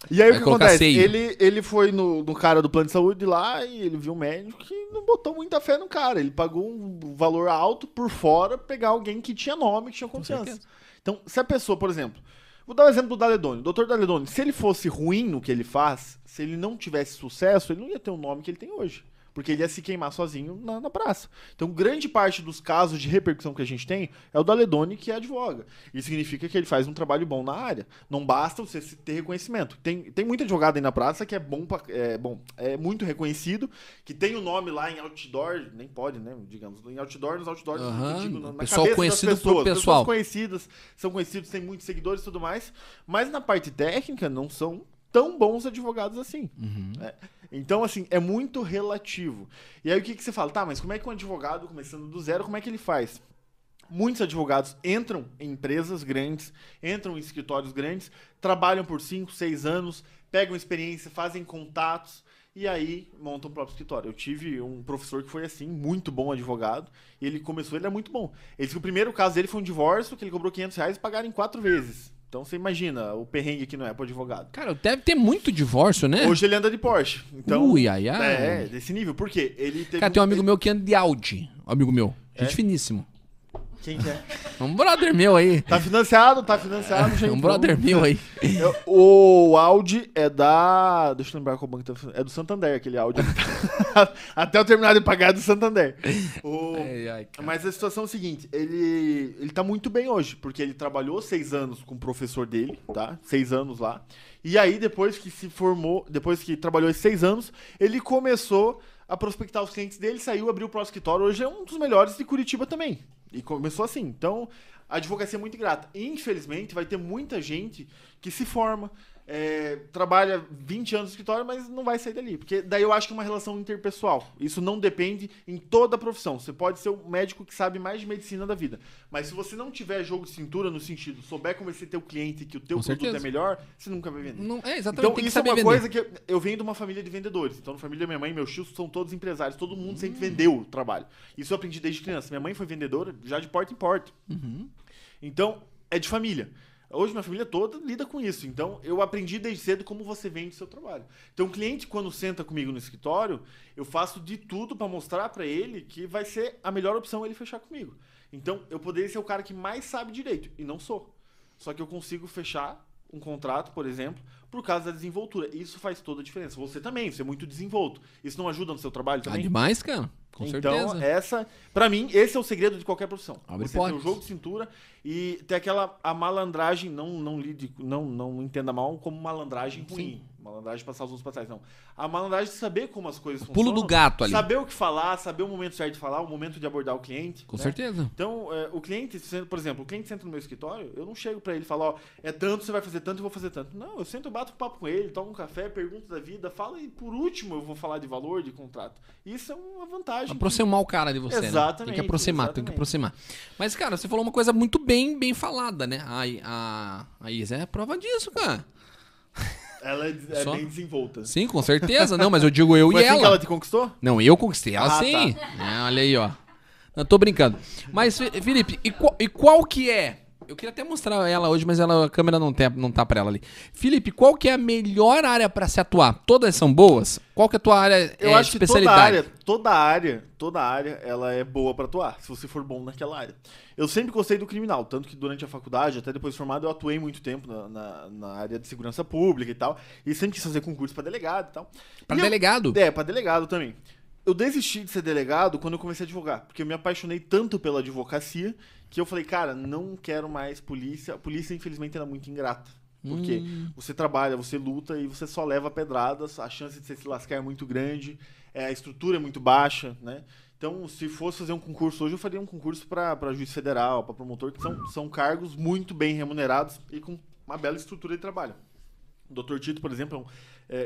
B: E aí
A: Vai
B: o que
A: colocar
B: acontece?
A: seio.
B: Ele, ele foi no, no cara do plano de saúde lá e ele viu um médico que não botou muita fé no cara. Ele pagou um valor alto por fora pra pegar alguém que tinha nome, que tinha confiança.
A: certeza.
B: Então, se a pessoa, por exemplo, vou dar o exemplo do Daledoni. O doutor Daledoni, se ele fosse ruim no que ele faz, se ele não tivesse sucesso, ele não ia ter o nome que ele tem hoje. porque ele ia se queimar sozinho na, na praça. Então, grande parte dos casos de repercussão que a gente tem é o da Ledone, que é advoga. Isso significa que ele faz um trabalho bom na área. Não basta você se- ter reconhecimento. Tem, tem muita advogada aí na praça que é bom, pra- é, bom, é muito reconhecido, que tem o nome lá em outdoor, nem pode, né? Digamos, em outdoor, nos outdoors,
A: Aham,
B: eu digo, na, na
A: pessoal
B: cabeça
A: conhecido
B: das
A: pro
B: pessoas,
A: pessoal.
B: pessoas conhecidas, são conhecidos, têm muitos seguidores e tudo mais, mas na parte técnica não são tão bons advogados assim. né? Então, assim, é muito relativo. E aí o que, que você fala? Tá, mas como é que um advogado, começando do zero, como é que ele faz? Muitos advogados entram em empresas grandes, entram em escritórios grandes, trabalham por 5, 6 anos, pegam experiência, fazem contatos e aí montam o próprio escritório. Eu tive um professor que foi assim, muito bom advogado, e ele começou, ele é muito bom. Ele disse que o primeiro caso dele foi um divórcio, que ele cobrou 500 reais e pagaram em quatro vezes. Então você imagina o perrengue que não é pro advogado.
A: Cara, deve ter muito divórcio, né?
B: Hoje ele anda de Porsche. Então,
A: Ui, ai, ai.
B: É, desse nível. Por quê? Ele teve
A: Cara, tem um amigo meu que anda de Audi. Um amigo meu.
B: É?
A: Gente finíssimo.
B: Quem que é?
A: Um brother meu aí.
B: Tá financiado, tá financiado. gente,
A: um brother meu aí.
B: Eu- O Audi é da. Deixa eu lembrar qual banco tá É do Santander, aquele Audi. Até eu terminar de pagar é do Santander. O-
A: Ai, ai, cara.
B: Mas a situação é o seguinte: ele, ele tá muito bem hoje, porque ele trabalhou seis anos com o professor dele, tá? Seis anos lá. E aí, depois que se formou, depois que trabalhou esses seis anos, ele começou a prospectar os clientes dele, saiu, abriu o próprio escritório. Hoje é um dos melhores de Curitiba também. E começou assim. Então, a advocacia é muito ingrata. Infelizmente, vai ter muita gente que se forma, é, trabalha 20 anos no escritório, mas não vai sair dali. Porque daí eu acho que é uma relação interpessoal. Isso não depende em toda a profissão. Você pode ser o médico que sabe mais de medicina da vida. Mas se você não tiver jogo de cintura no sentido, souber convencer teu cliente que o teu
A: Com
B: produto
A: certeza.
B: é melhor, você nunca vai vender.
A: Não, é, exatamente.
B: Então,
A: tem que
B: isso é
A: saber
B: uma
A: vender.
B: coisa que eu, eu venho de uma família de vendedores. Então, na família da minha mãe, meus tios são todos empresários. Todo mundo
A: Hum.
B: sempre vendeu o trabalho. Isso eu aprendi desde criança. Minha mãe foi vendedora já de porta em porta. Então, é de família. Hoje minha família toda lida com isso. Então, eu aprendi desde cedo como você vende seu trabalho. Então, o cliente quando senta comigo no escritório, eu faço de tudo para mostrar para ele que vai ser a melhor opção ele fechar comigo. Então, eu poderia ser o cara que mais sabe direito e não sou. Só que eu consigo fechar um contrato, por exemplo, por causa da desenvoltura. Isso faz toda a diferença. Você também, você é muito desenvolto. Isso não ajuda no seu trabalho
A: Ah,
B: também?
A: demais, cara. Com
B: então,
A: certeza.
B: essa, para mim, esse é o segredo de qualquer profissão.
A: Abre
B: você
A: portas.
B: ter o jogo de cintura e ter aquela a malandragem, não não lide, não não entenda mal como malandragem ruim, malandragem de passar os outros para trás, não. A malandragem de saber como as coisas
A: Pulo
B: funcionam.
A: do gato ali.
B: Saber o que falar, saber o momento certo de falar, o momento de abordar o cliente.
A: Com
B: né?
A: certeza.
B: Então, é, o cliente, se- por exemplo, o cliente senta no meu escritório, eu não chego pra ele e falo, ó, é tanto, você vai fazer tanto, eu vou fazer tanto. Não, eu sento, bato papo com ele, tomo um café, pergunto da vida, fala e por último eu vou falar de valor, de contrato. Isso é uma vantagem.
A: Aproximar o cara de você, né? Tem
B: Exatamente,
A: que aproximar, tem que
B: exatamente.
A: aproximar. Mas, cara, você falou uma coisa muito bem, bem falada, né? A, a, a Isa é prova disso, cara.
B: Ela é, é
A: Só-
B: bem desenvolta.
A: Sim, com certeza. Não, mas eu digo eu
B: Foi
A: e
B: assim que
A: ela.
B: ela te conquistou?
A: Não, eu conquistei ela
B: Ah,
A: sim. É, olha aí, ó. Não, tô brincando. Mas, Fe- Felipe, e qual, e qual que é? Eu queria até mostrar ela hoje, mas ela, a câmera não, tem, não tá pra ela ali. Felipe, qual que é a melhor área pra se atuar? Todas são boas? Qual que é a tua área
B: Eu
A: é,
B: acho que toda
A: especialidade?
B: área, toda área, toda área, ela é boa pra atuar, se você for bom naquela área. Eu sempre gostei do criminal, tanto que durante a faculdade, até depois de formado, eu atuei muito tempo na, na- na área de segurança pública e tal, e sempre quis fazer concurso pra delegado e tal.
A: Pra
B: E eu-
A: delegado?
B: É, pra delegado também. Eu desisti de ser delegado quando eu comecei a advogar, porque eu me apaixonei tanto pela advocacia que eu falei, cara, não quero mais polícia. A polícia, infelizmente, era muito ingrata. Porque você trabalha, você luta e você só leva pedradas, a chance de você se lascar é muito grande, é, a estrutura é muito baixa, né? Então, se fosse fazer um concurso hoje, eu faria um concurso para juiz federal, para promotor, que são, são cargos muito bem remunerados e com uma bela estrutura de trabalho. O Dr. Tito, por exemplo, é um-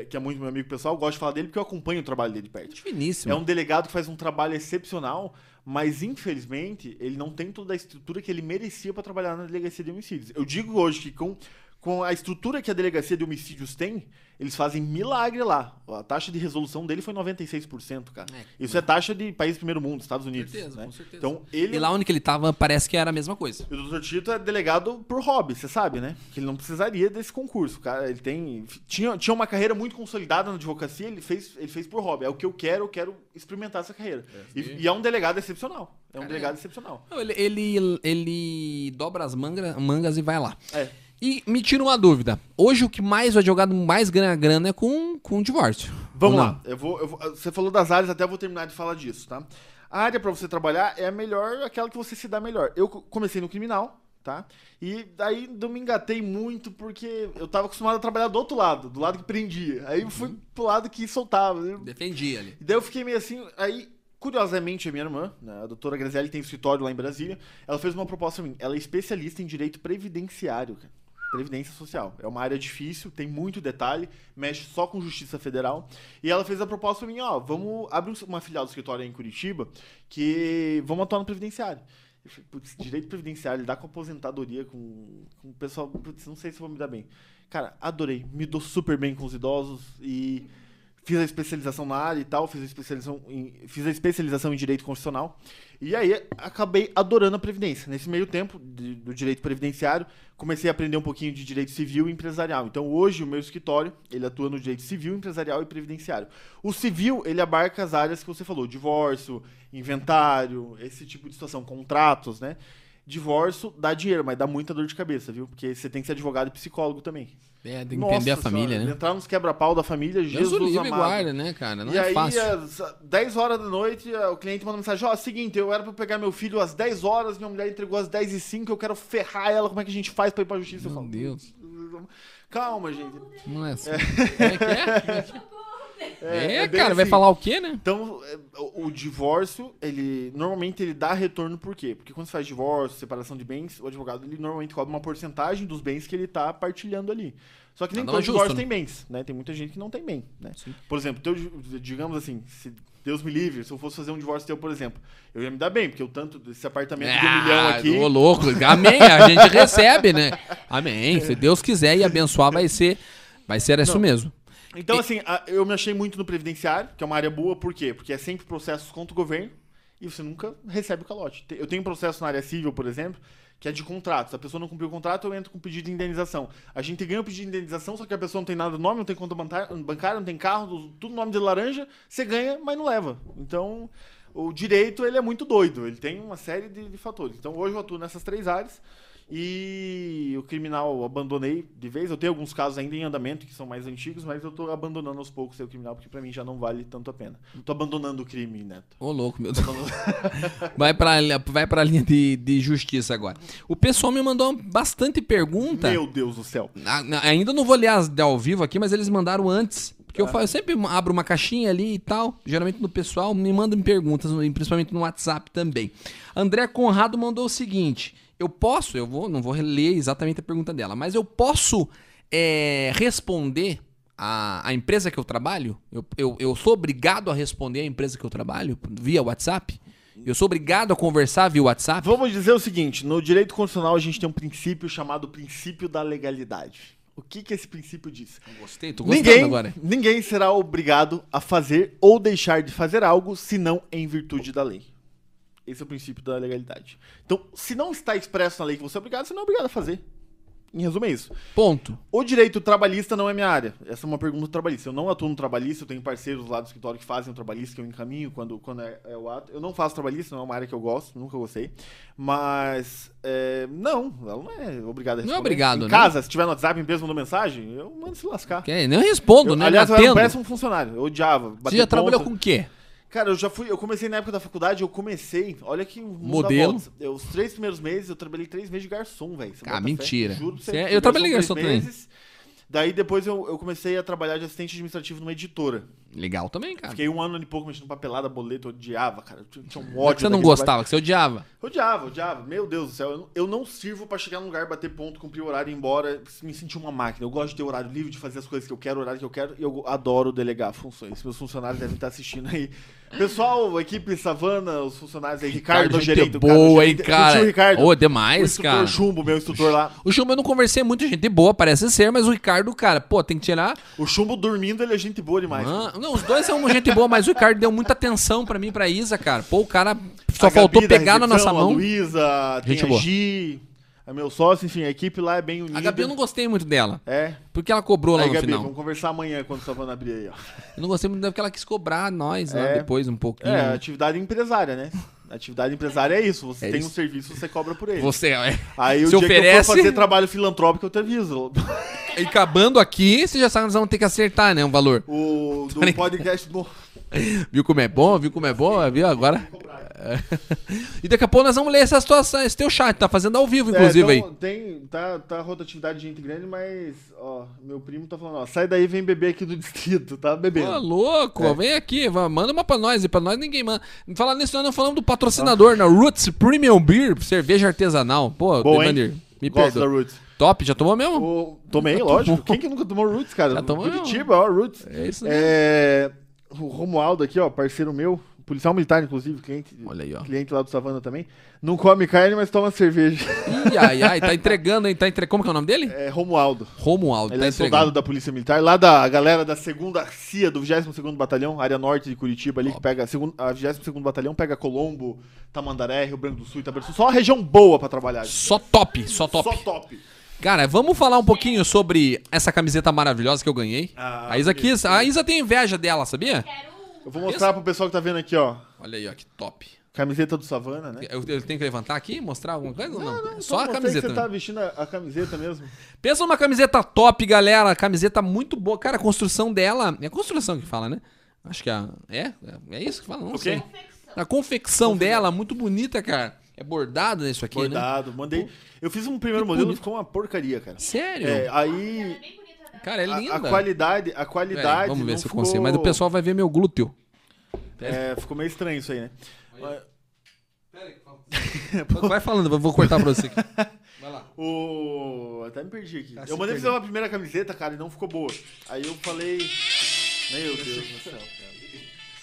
B: é, que é muito meu amigo pessoal, eu gosto de falar dele porque eu acompanho o trabalho dele de perto.
A: Finíssimo.
B: É um delegado que faz um trabalho excepcional, mas infelizmente ele não tem toda a estrutura que ele merecia para trabalhar na delegacia de homicídios. Eu digo hoje que com, com a estrutura que a delegacia de homicídios tem, eles fazem milagre lá. A taxa de resolução dele foi 96%, cara.
A: É.
B: Isso é taxa de país primeiro mundo, Estados Unidos.
A: certeza,
B: né?
A: com certeza.
B: Então ele
A: E lá onde que ele tava, parece que era a mesma coisa.
B: e o Dr. Tito é delegado por hobby, você sabe, né? Que ele não precisaria desse concurso, cara. Ele tem tinha, tinha uma carreira muito consolidada na advocacia, ele fez, ele fez por hobby. É o que eu quero, eu quero experimentar essa carreira. E, e é um delegado excepcional. É um
A: Cara,
B: delegado excepcional.
A: Não, ele, ele, ele dobra as mangra- mangas e vai lá.
B: É.
A: E me tira uma dúvida. Hoje o que mais o advogado mais ganha grana é com, com divórcio. Vamos
B: Vamos lá.
A: lá.
B: Eu vou, eu vou- você falou das áreas, até eu vou terminar de falar disso, tá? A área pra você trabalhar é a melhor, aquela que você se dá melhor. Eu co- comecei no criminal, tá? E daí não me engatei muito porque eu tava acostumado a trabalhar do outro lado, do lado que prendia. Aí eu fui pro lado que soltava. né?
A: Defendi ali.
B: E daí eu fiquei meio assim, aí, curiosamente, a minha irmã, né, a doutora Grazielli tem um escritório lá em Brasília, ela fez uma proposta pra mim. Ela é especialista em direito previdenciário, cara. Previdência social. É uma área difícil, tem muito detalhe, mexe só com justiça federal. E ela fez a proposta pra mim, ó, vamos abrir uma filial do escritório aí em Curitiba que vamos atuar no previdenciário. Eu falei, putz, direito previdenciário, lidar com aposentadoria, com, com o pessoal, putz, não sei se eu vou me dar bem. Cara, adorei, me dou super bem com os idosos e fiz a especialização na área e tal, fiz a especialização em, fiz a especialização em direito constitucional. E aí acabei adorando a previdência. Nesse meio tempo de- do direito previdenciário, comecei a aprender um pouquinho de direito civil e empresarial. Então hoje o meu escritório, ele atua no direito civil, empresarial e previdenciário. O civil, ele abarca as áreas que você falou, divórcio, inventário, esse tipo de situação, contratos, né? Divórcio dá dinheiro, mas dá muita dor de cabeça, viu? Porque você tem que ser advogado e psicólogo também.
A: É, tem que entender a
B: Nossa
A: família,
B: senhora,
A: né?
B: Entrar nos quebra-pau da família, Jesus
A: Deus o livre
B: amado.
A: guarda, né, cara? Não
B: e
A: é
B: aí,
A: fácil.
B: às 10 horas da noite, eh, o cliente manda mensagem: Ó, seguinte, eu era pra pegar meu filho às 10 horas, minha mulher entregou às 10 e 5 eu quero ferrar ela, como é que a gente faz pra ir pra justiça? eu
A: Meu
B: falo,
A: Deus.
B: Calma, gente.
A: Não é assim. Como é que é? É,
B: é bem
A: cara, vai
B: assim.
A: falar o quê, né?
B: Então, é, o o divórcio, ele normalmente ele dá retorno por quê? Porque quando você faz divórcio, separação de bens, o advogado ele normalmente cobra uma porcentagem dos bens que ele tá partilhando ali. Só que nem
A: Nada
B: todo
A: mais justo,
B: divórcio
A: né?
B: tem bens, né? Tem muita gente que não tem bem, né?
A: Sim.
B: Por exemplo, teu di- digamos assim, se Deus me livre, se eu fosse fazer um divórcio teu, por exemplo, eu ia me dar bem, porque o tanto desse apartamento de um milhão
A: Ah,
B: aqui,
A: Ô, louco. Amém. A gente recebe, né? Amém. Se Deus quiser e abençoar, vai ser. Vai ser isso mesmo.
B: Então, assim, a- eu me achei muito no previdenciário, que é uma área boa, por quê? Porque é sempre processos contra o governo e você nunca recebe o calote. Te- Eu tenho um processo na área civil, por exemplo, que é de contrato. Se a pessoa não cumpriu o contrato, eu entro com pedido de indenização. A gente ganha o pedido de indenização, só que a pessoa não tem nada no nome, não tem conta bantar- bancária, não tem carro, tudo nome de laranja, você ganha, mas não leva. Então, o direito, ele é muito doido, ele tem uma série de, de fatores. Então, hoje eu atuo nessas três áreas. E o criminal eu abandonei de vez. Eu tenho alguns casos ainda em andamento que são mais antigos, mas eu tô abandonando aos poucos aí o criminal, porque pra mim já não vale tanto a pena. Tô abandonando o crime, Neto.
A: Ô, louco, meu Deus. Vai pra, vai pra linha de, de justiça agora. O pessoal me mandou bastante pergunta.
B: Meu Deus do céu.
A: A- na- Ainda Ah, não vou ler as de ao vivo aqui, mas eles mandaram antes. Porque
B: É.
A: eu, fa- eu sempre abro uma caixinha ali e tal. Geralmente no pessoal me mandam perguntas, no- principalmente no WhatsApp também. André Conrado mandou o seguinte: eu posso, eu vou, não vou ler exatamente a pergunta dela, mas eu posso é, responder a, a empresa que eu trabalho? Eu, eu, eu sou obrigado a responder a empresa que eu trabalho via WhatsApp? Eu sou obrigado a conversar via WhatsApp?
B: Vamos dizer o seguinte: no direito constitucional a gente tem um princípio chamado princípio da legalidade. O que, que esse princípio diz?
A: Gostei, tô gostando
B: Ninguém,
A: agora.
B: ninguém será obrigado a fazer ou deixar de fazer algo, senão em virtude da lei. Esse é o princípio da legalidade. Então, se não está expresso na lei que você é obrigado, você não é obrigado a fazer. Em resumo, é isso.
A: Ponto.
B: O direito trabalhista não é minha área. Essa é uma pergunta trabalhista. Eu não atuo no trabalhista, eu tenho parceiros lá do escritório que fazem o trabalhista, que eu encaminho quando, quando é, é o ato. Eu não faço trabalhista, não é uma área que eu gosto, nunca gostei. Mas, é, não, ela não é obrigada a responder.
A: Não é obrigado,
B: Em
A: né?
B: casa, se tiver no WhatsApp, a empresa mandou mensagem, eu mando se lascar.
A: Que- Nem respondo,
B: Eu,
A: né?
B: aliás,
A: Não
B: eu era um
A: atendo.
B: péssimo funcionário. Eu odiava.
A: Você
B: bater
A: já trabalhou
B: ponta.
A: com o quê?
B: Cara, eu já fui. Eu comecei na época da faculdade, eu comecei. Olha que. o mundo dá
A: Modelo.
B: voltas. Eu, os três primeiros meses, eu trabalhei três meses de garçom, velho. Você
A: Ah,
B: bota fé?
A: mentira.
B: Juro pra você.
A: Você é- eu trabalhei garçom
B: três
A: também.
B: meses. Daí depois eu, eu comecei a trabalhar de assistente administrativo numa editora.
A: Legal também, cara.
B: Fiquei um ano e pouco mexendo papelada, boleto, eu odiava, cara. Eu tinha- tinha um
A: Não é
B: ódio.
A: que você não
B: daquele trabalho.
A: gostava, que você odiava.
B: Odiava, odiava. Meu Deus do céu, eu não, eu não sirvo pra chegar num lugar, bater ponto, cumprir o horário e ir embora, me sentir uma máquina. Eu gosto de ter horário livre, de fazer as coisas que eu quero, o horário que eu quero, e eu adoro delegar funções. Meus funcionários devem estar assistindo aí. Pessoal, equipe Savana, os funcionários aí, Ricardo,
A: é gente
B: Gerente,
A: boa, hein, cara.
B: O Ricardo,
A: Ô,
B: o
A: demais,
B: instrutor
A: cara.
B: Chumbo, meu instrutor lá.
A: O Chumbo eu não conversei muito, gente boa, parece ser, mas o Ricardo, cara, pô, tem que tirar.
B: O Chumbo dormindo, ele é gente boa demais.
A: Ah, não, os dois são uma gente boa, mas o Ricardo deu muita atenção pra mim, e pra Isa, cara. Pô, o cara só
B: A Gabi
A: faltou
B: da
A: pegar na
B: recepção,
A: nossa mão.
B: A Luísa, tem
A: Gente
B: a
A: boa.
B: Gi, a meu sócio, enfim, a equipe lá é bem unida.
A: A Gabi eu não gostei muito dela,
B: É.
A: porque ela cobrou lá
B: Aí,
A: no
B: Gabi,
A: final.
B: vamos conversar amanhã quando o Savana abrir aí, ó.
A: Eu não gostei muito dela porque ela quis cobrar nós lá
B: É.
A: depois um pouquinho.
B: É, atividade empresária, né? Atividade empresária é isso. Você
A: É
B: tem
A: isso.
B: um serviço, você cobra por ele.
A: Você, é.
B: Aí o
A: se
B: dia que eu
A: oferece-
B: for fazer trabalho filantrópico, eu te aviso.
A: E acabando aqui, você já sabe que nós vamos ter que acertar, né? Um valor.
B: O do podcast do.
A: Viu como é bom? Viu como é bom? Viu agora? e daqui a pouco nós vamos ler essa situação, esse teu chat, tá fazendo ao vivo, inclusive,
B: É, então, Tem, tá, tá rotatividade de gente grande, mas, ó, meu primo tá falando, ó, sai daí, vem beber aqui do distrito, tá
A: aí. Ô,
B: bebendo.
A: louco,
B: É.
A: vem aqui, va- manda uma pra nós, e pra nós ninguém manda. Falar nisso, nós não falamos do patrocinador, né? Roots Premium Beer, cerveja artesanal. Pô,
B: Boa, hein?
A: Devander, me
B: Gosto da
A: perdoa.
B: Roots.
A: Top, já tomou mesmo?
B: O- tomei, lógico. Quem que nunca tomou Roots, cara?
A: Já tomou,
B: Curitiba, ó, Roots.
A: É isso mesmo.
B: É, o Romualdo aqui, ó, parceiro meu, policial militar, inclusive, cliente,
A: Olha aí, ó.
B: cliente lá do Savana também. Não come carne, mas toma cerveja.
A: Ih, ai, ai, tá entregando, hein? Tá entre... Como que é o nome dele?
B: É Romualdo.
A: Romualdo,
B: Ele
A: tá
B: é
A: entregando.
B: soldado da Polícia Militar, lá da galera da segunda CIA, do 22º Batalhão, área norte de Curitiba ali, que pega a, segun- a 22º Batalhão, pega Colombo, Tamandaré, Rio Branco do Sul, Itabeira do Sul, só uma região boa pra trabalhar. gente.
A: Só top, só top.
B: Só top.
A: Cara, vamos falar um pouquinho sobre essa camiseta maravilhosa que eu ganhei.
B: Ah,
A: a Isa quis, a Isa tem inveja dela, sabia?
B: Eu vou mostrar pro pessoal que tá vendo aqui, ó,
A: Olha aí, ó, que top.
B: camiseta do Savana, né?
A: Eu, eu tenho que levantar aqui, mostrar alguma coisa ou não?
B: Então,
A: Só a
B: mostrei que
A: camiseta.
B: Você tá
A: né?
B: vestindo a, a camiseta mesmo.
A: Pensa numa camiseta top, galera. Camiseta muito boa. Cara, a construção dela. É a construção que fala, né? Acho que é. É, é isso que fala, não sei. A confecção dela, muito bonita, cara. É bordado nisso aqui, né?
B: Bordado, mandei. Eu fiz um primeiro
A: Que
B: modelo,
A: bonito.
B: ficou uma porcaria, cara.
A: Sério?
B: É, aí
A: cara, é
B: a-
A: linda.
B: a, qualidade, a
A: Pera aí,
B: qualidade
A: vamos ver
B: não
A: se eu
B: ficou-
A: consigo. Mas o pessoal vai ver meu glúteo.
B: É, ficou meio estranho isso aí, né? Mas-
A: Vai falando, eu vou cortar pra você aqui. Vai lá.
B: O... Até me perdi aqui.
A: Tá se
B: eu mandei fazer
A: perdendo.
B: uma primeira camiseta, cara, e não ficou boa. Aí eu falei. Meu Deus do céu.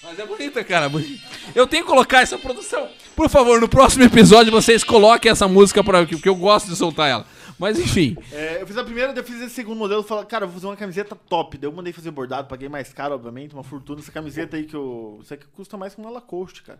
A: Mas é bonita, cara. bonita. Eu tenho que colocar essa produção. Por favor, no próximo episódio vocês coloquem essa música pra porque eu gosto de soltar ela. Mas enfim,
B: É, eu fiz a primeira, daí eu fiz esse segundo modelo. Falei, cara, eu vou fazer uma camiseta top. Daí eu mandei fazer bordado, paguei mais caro, obviamente, uma fortuna. Essa camiseta aí que eu. Isso aqui custa mais que uma Lacoste, cara.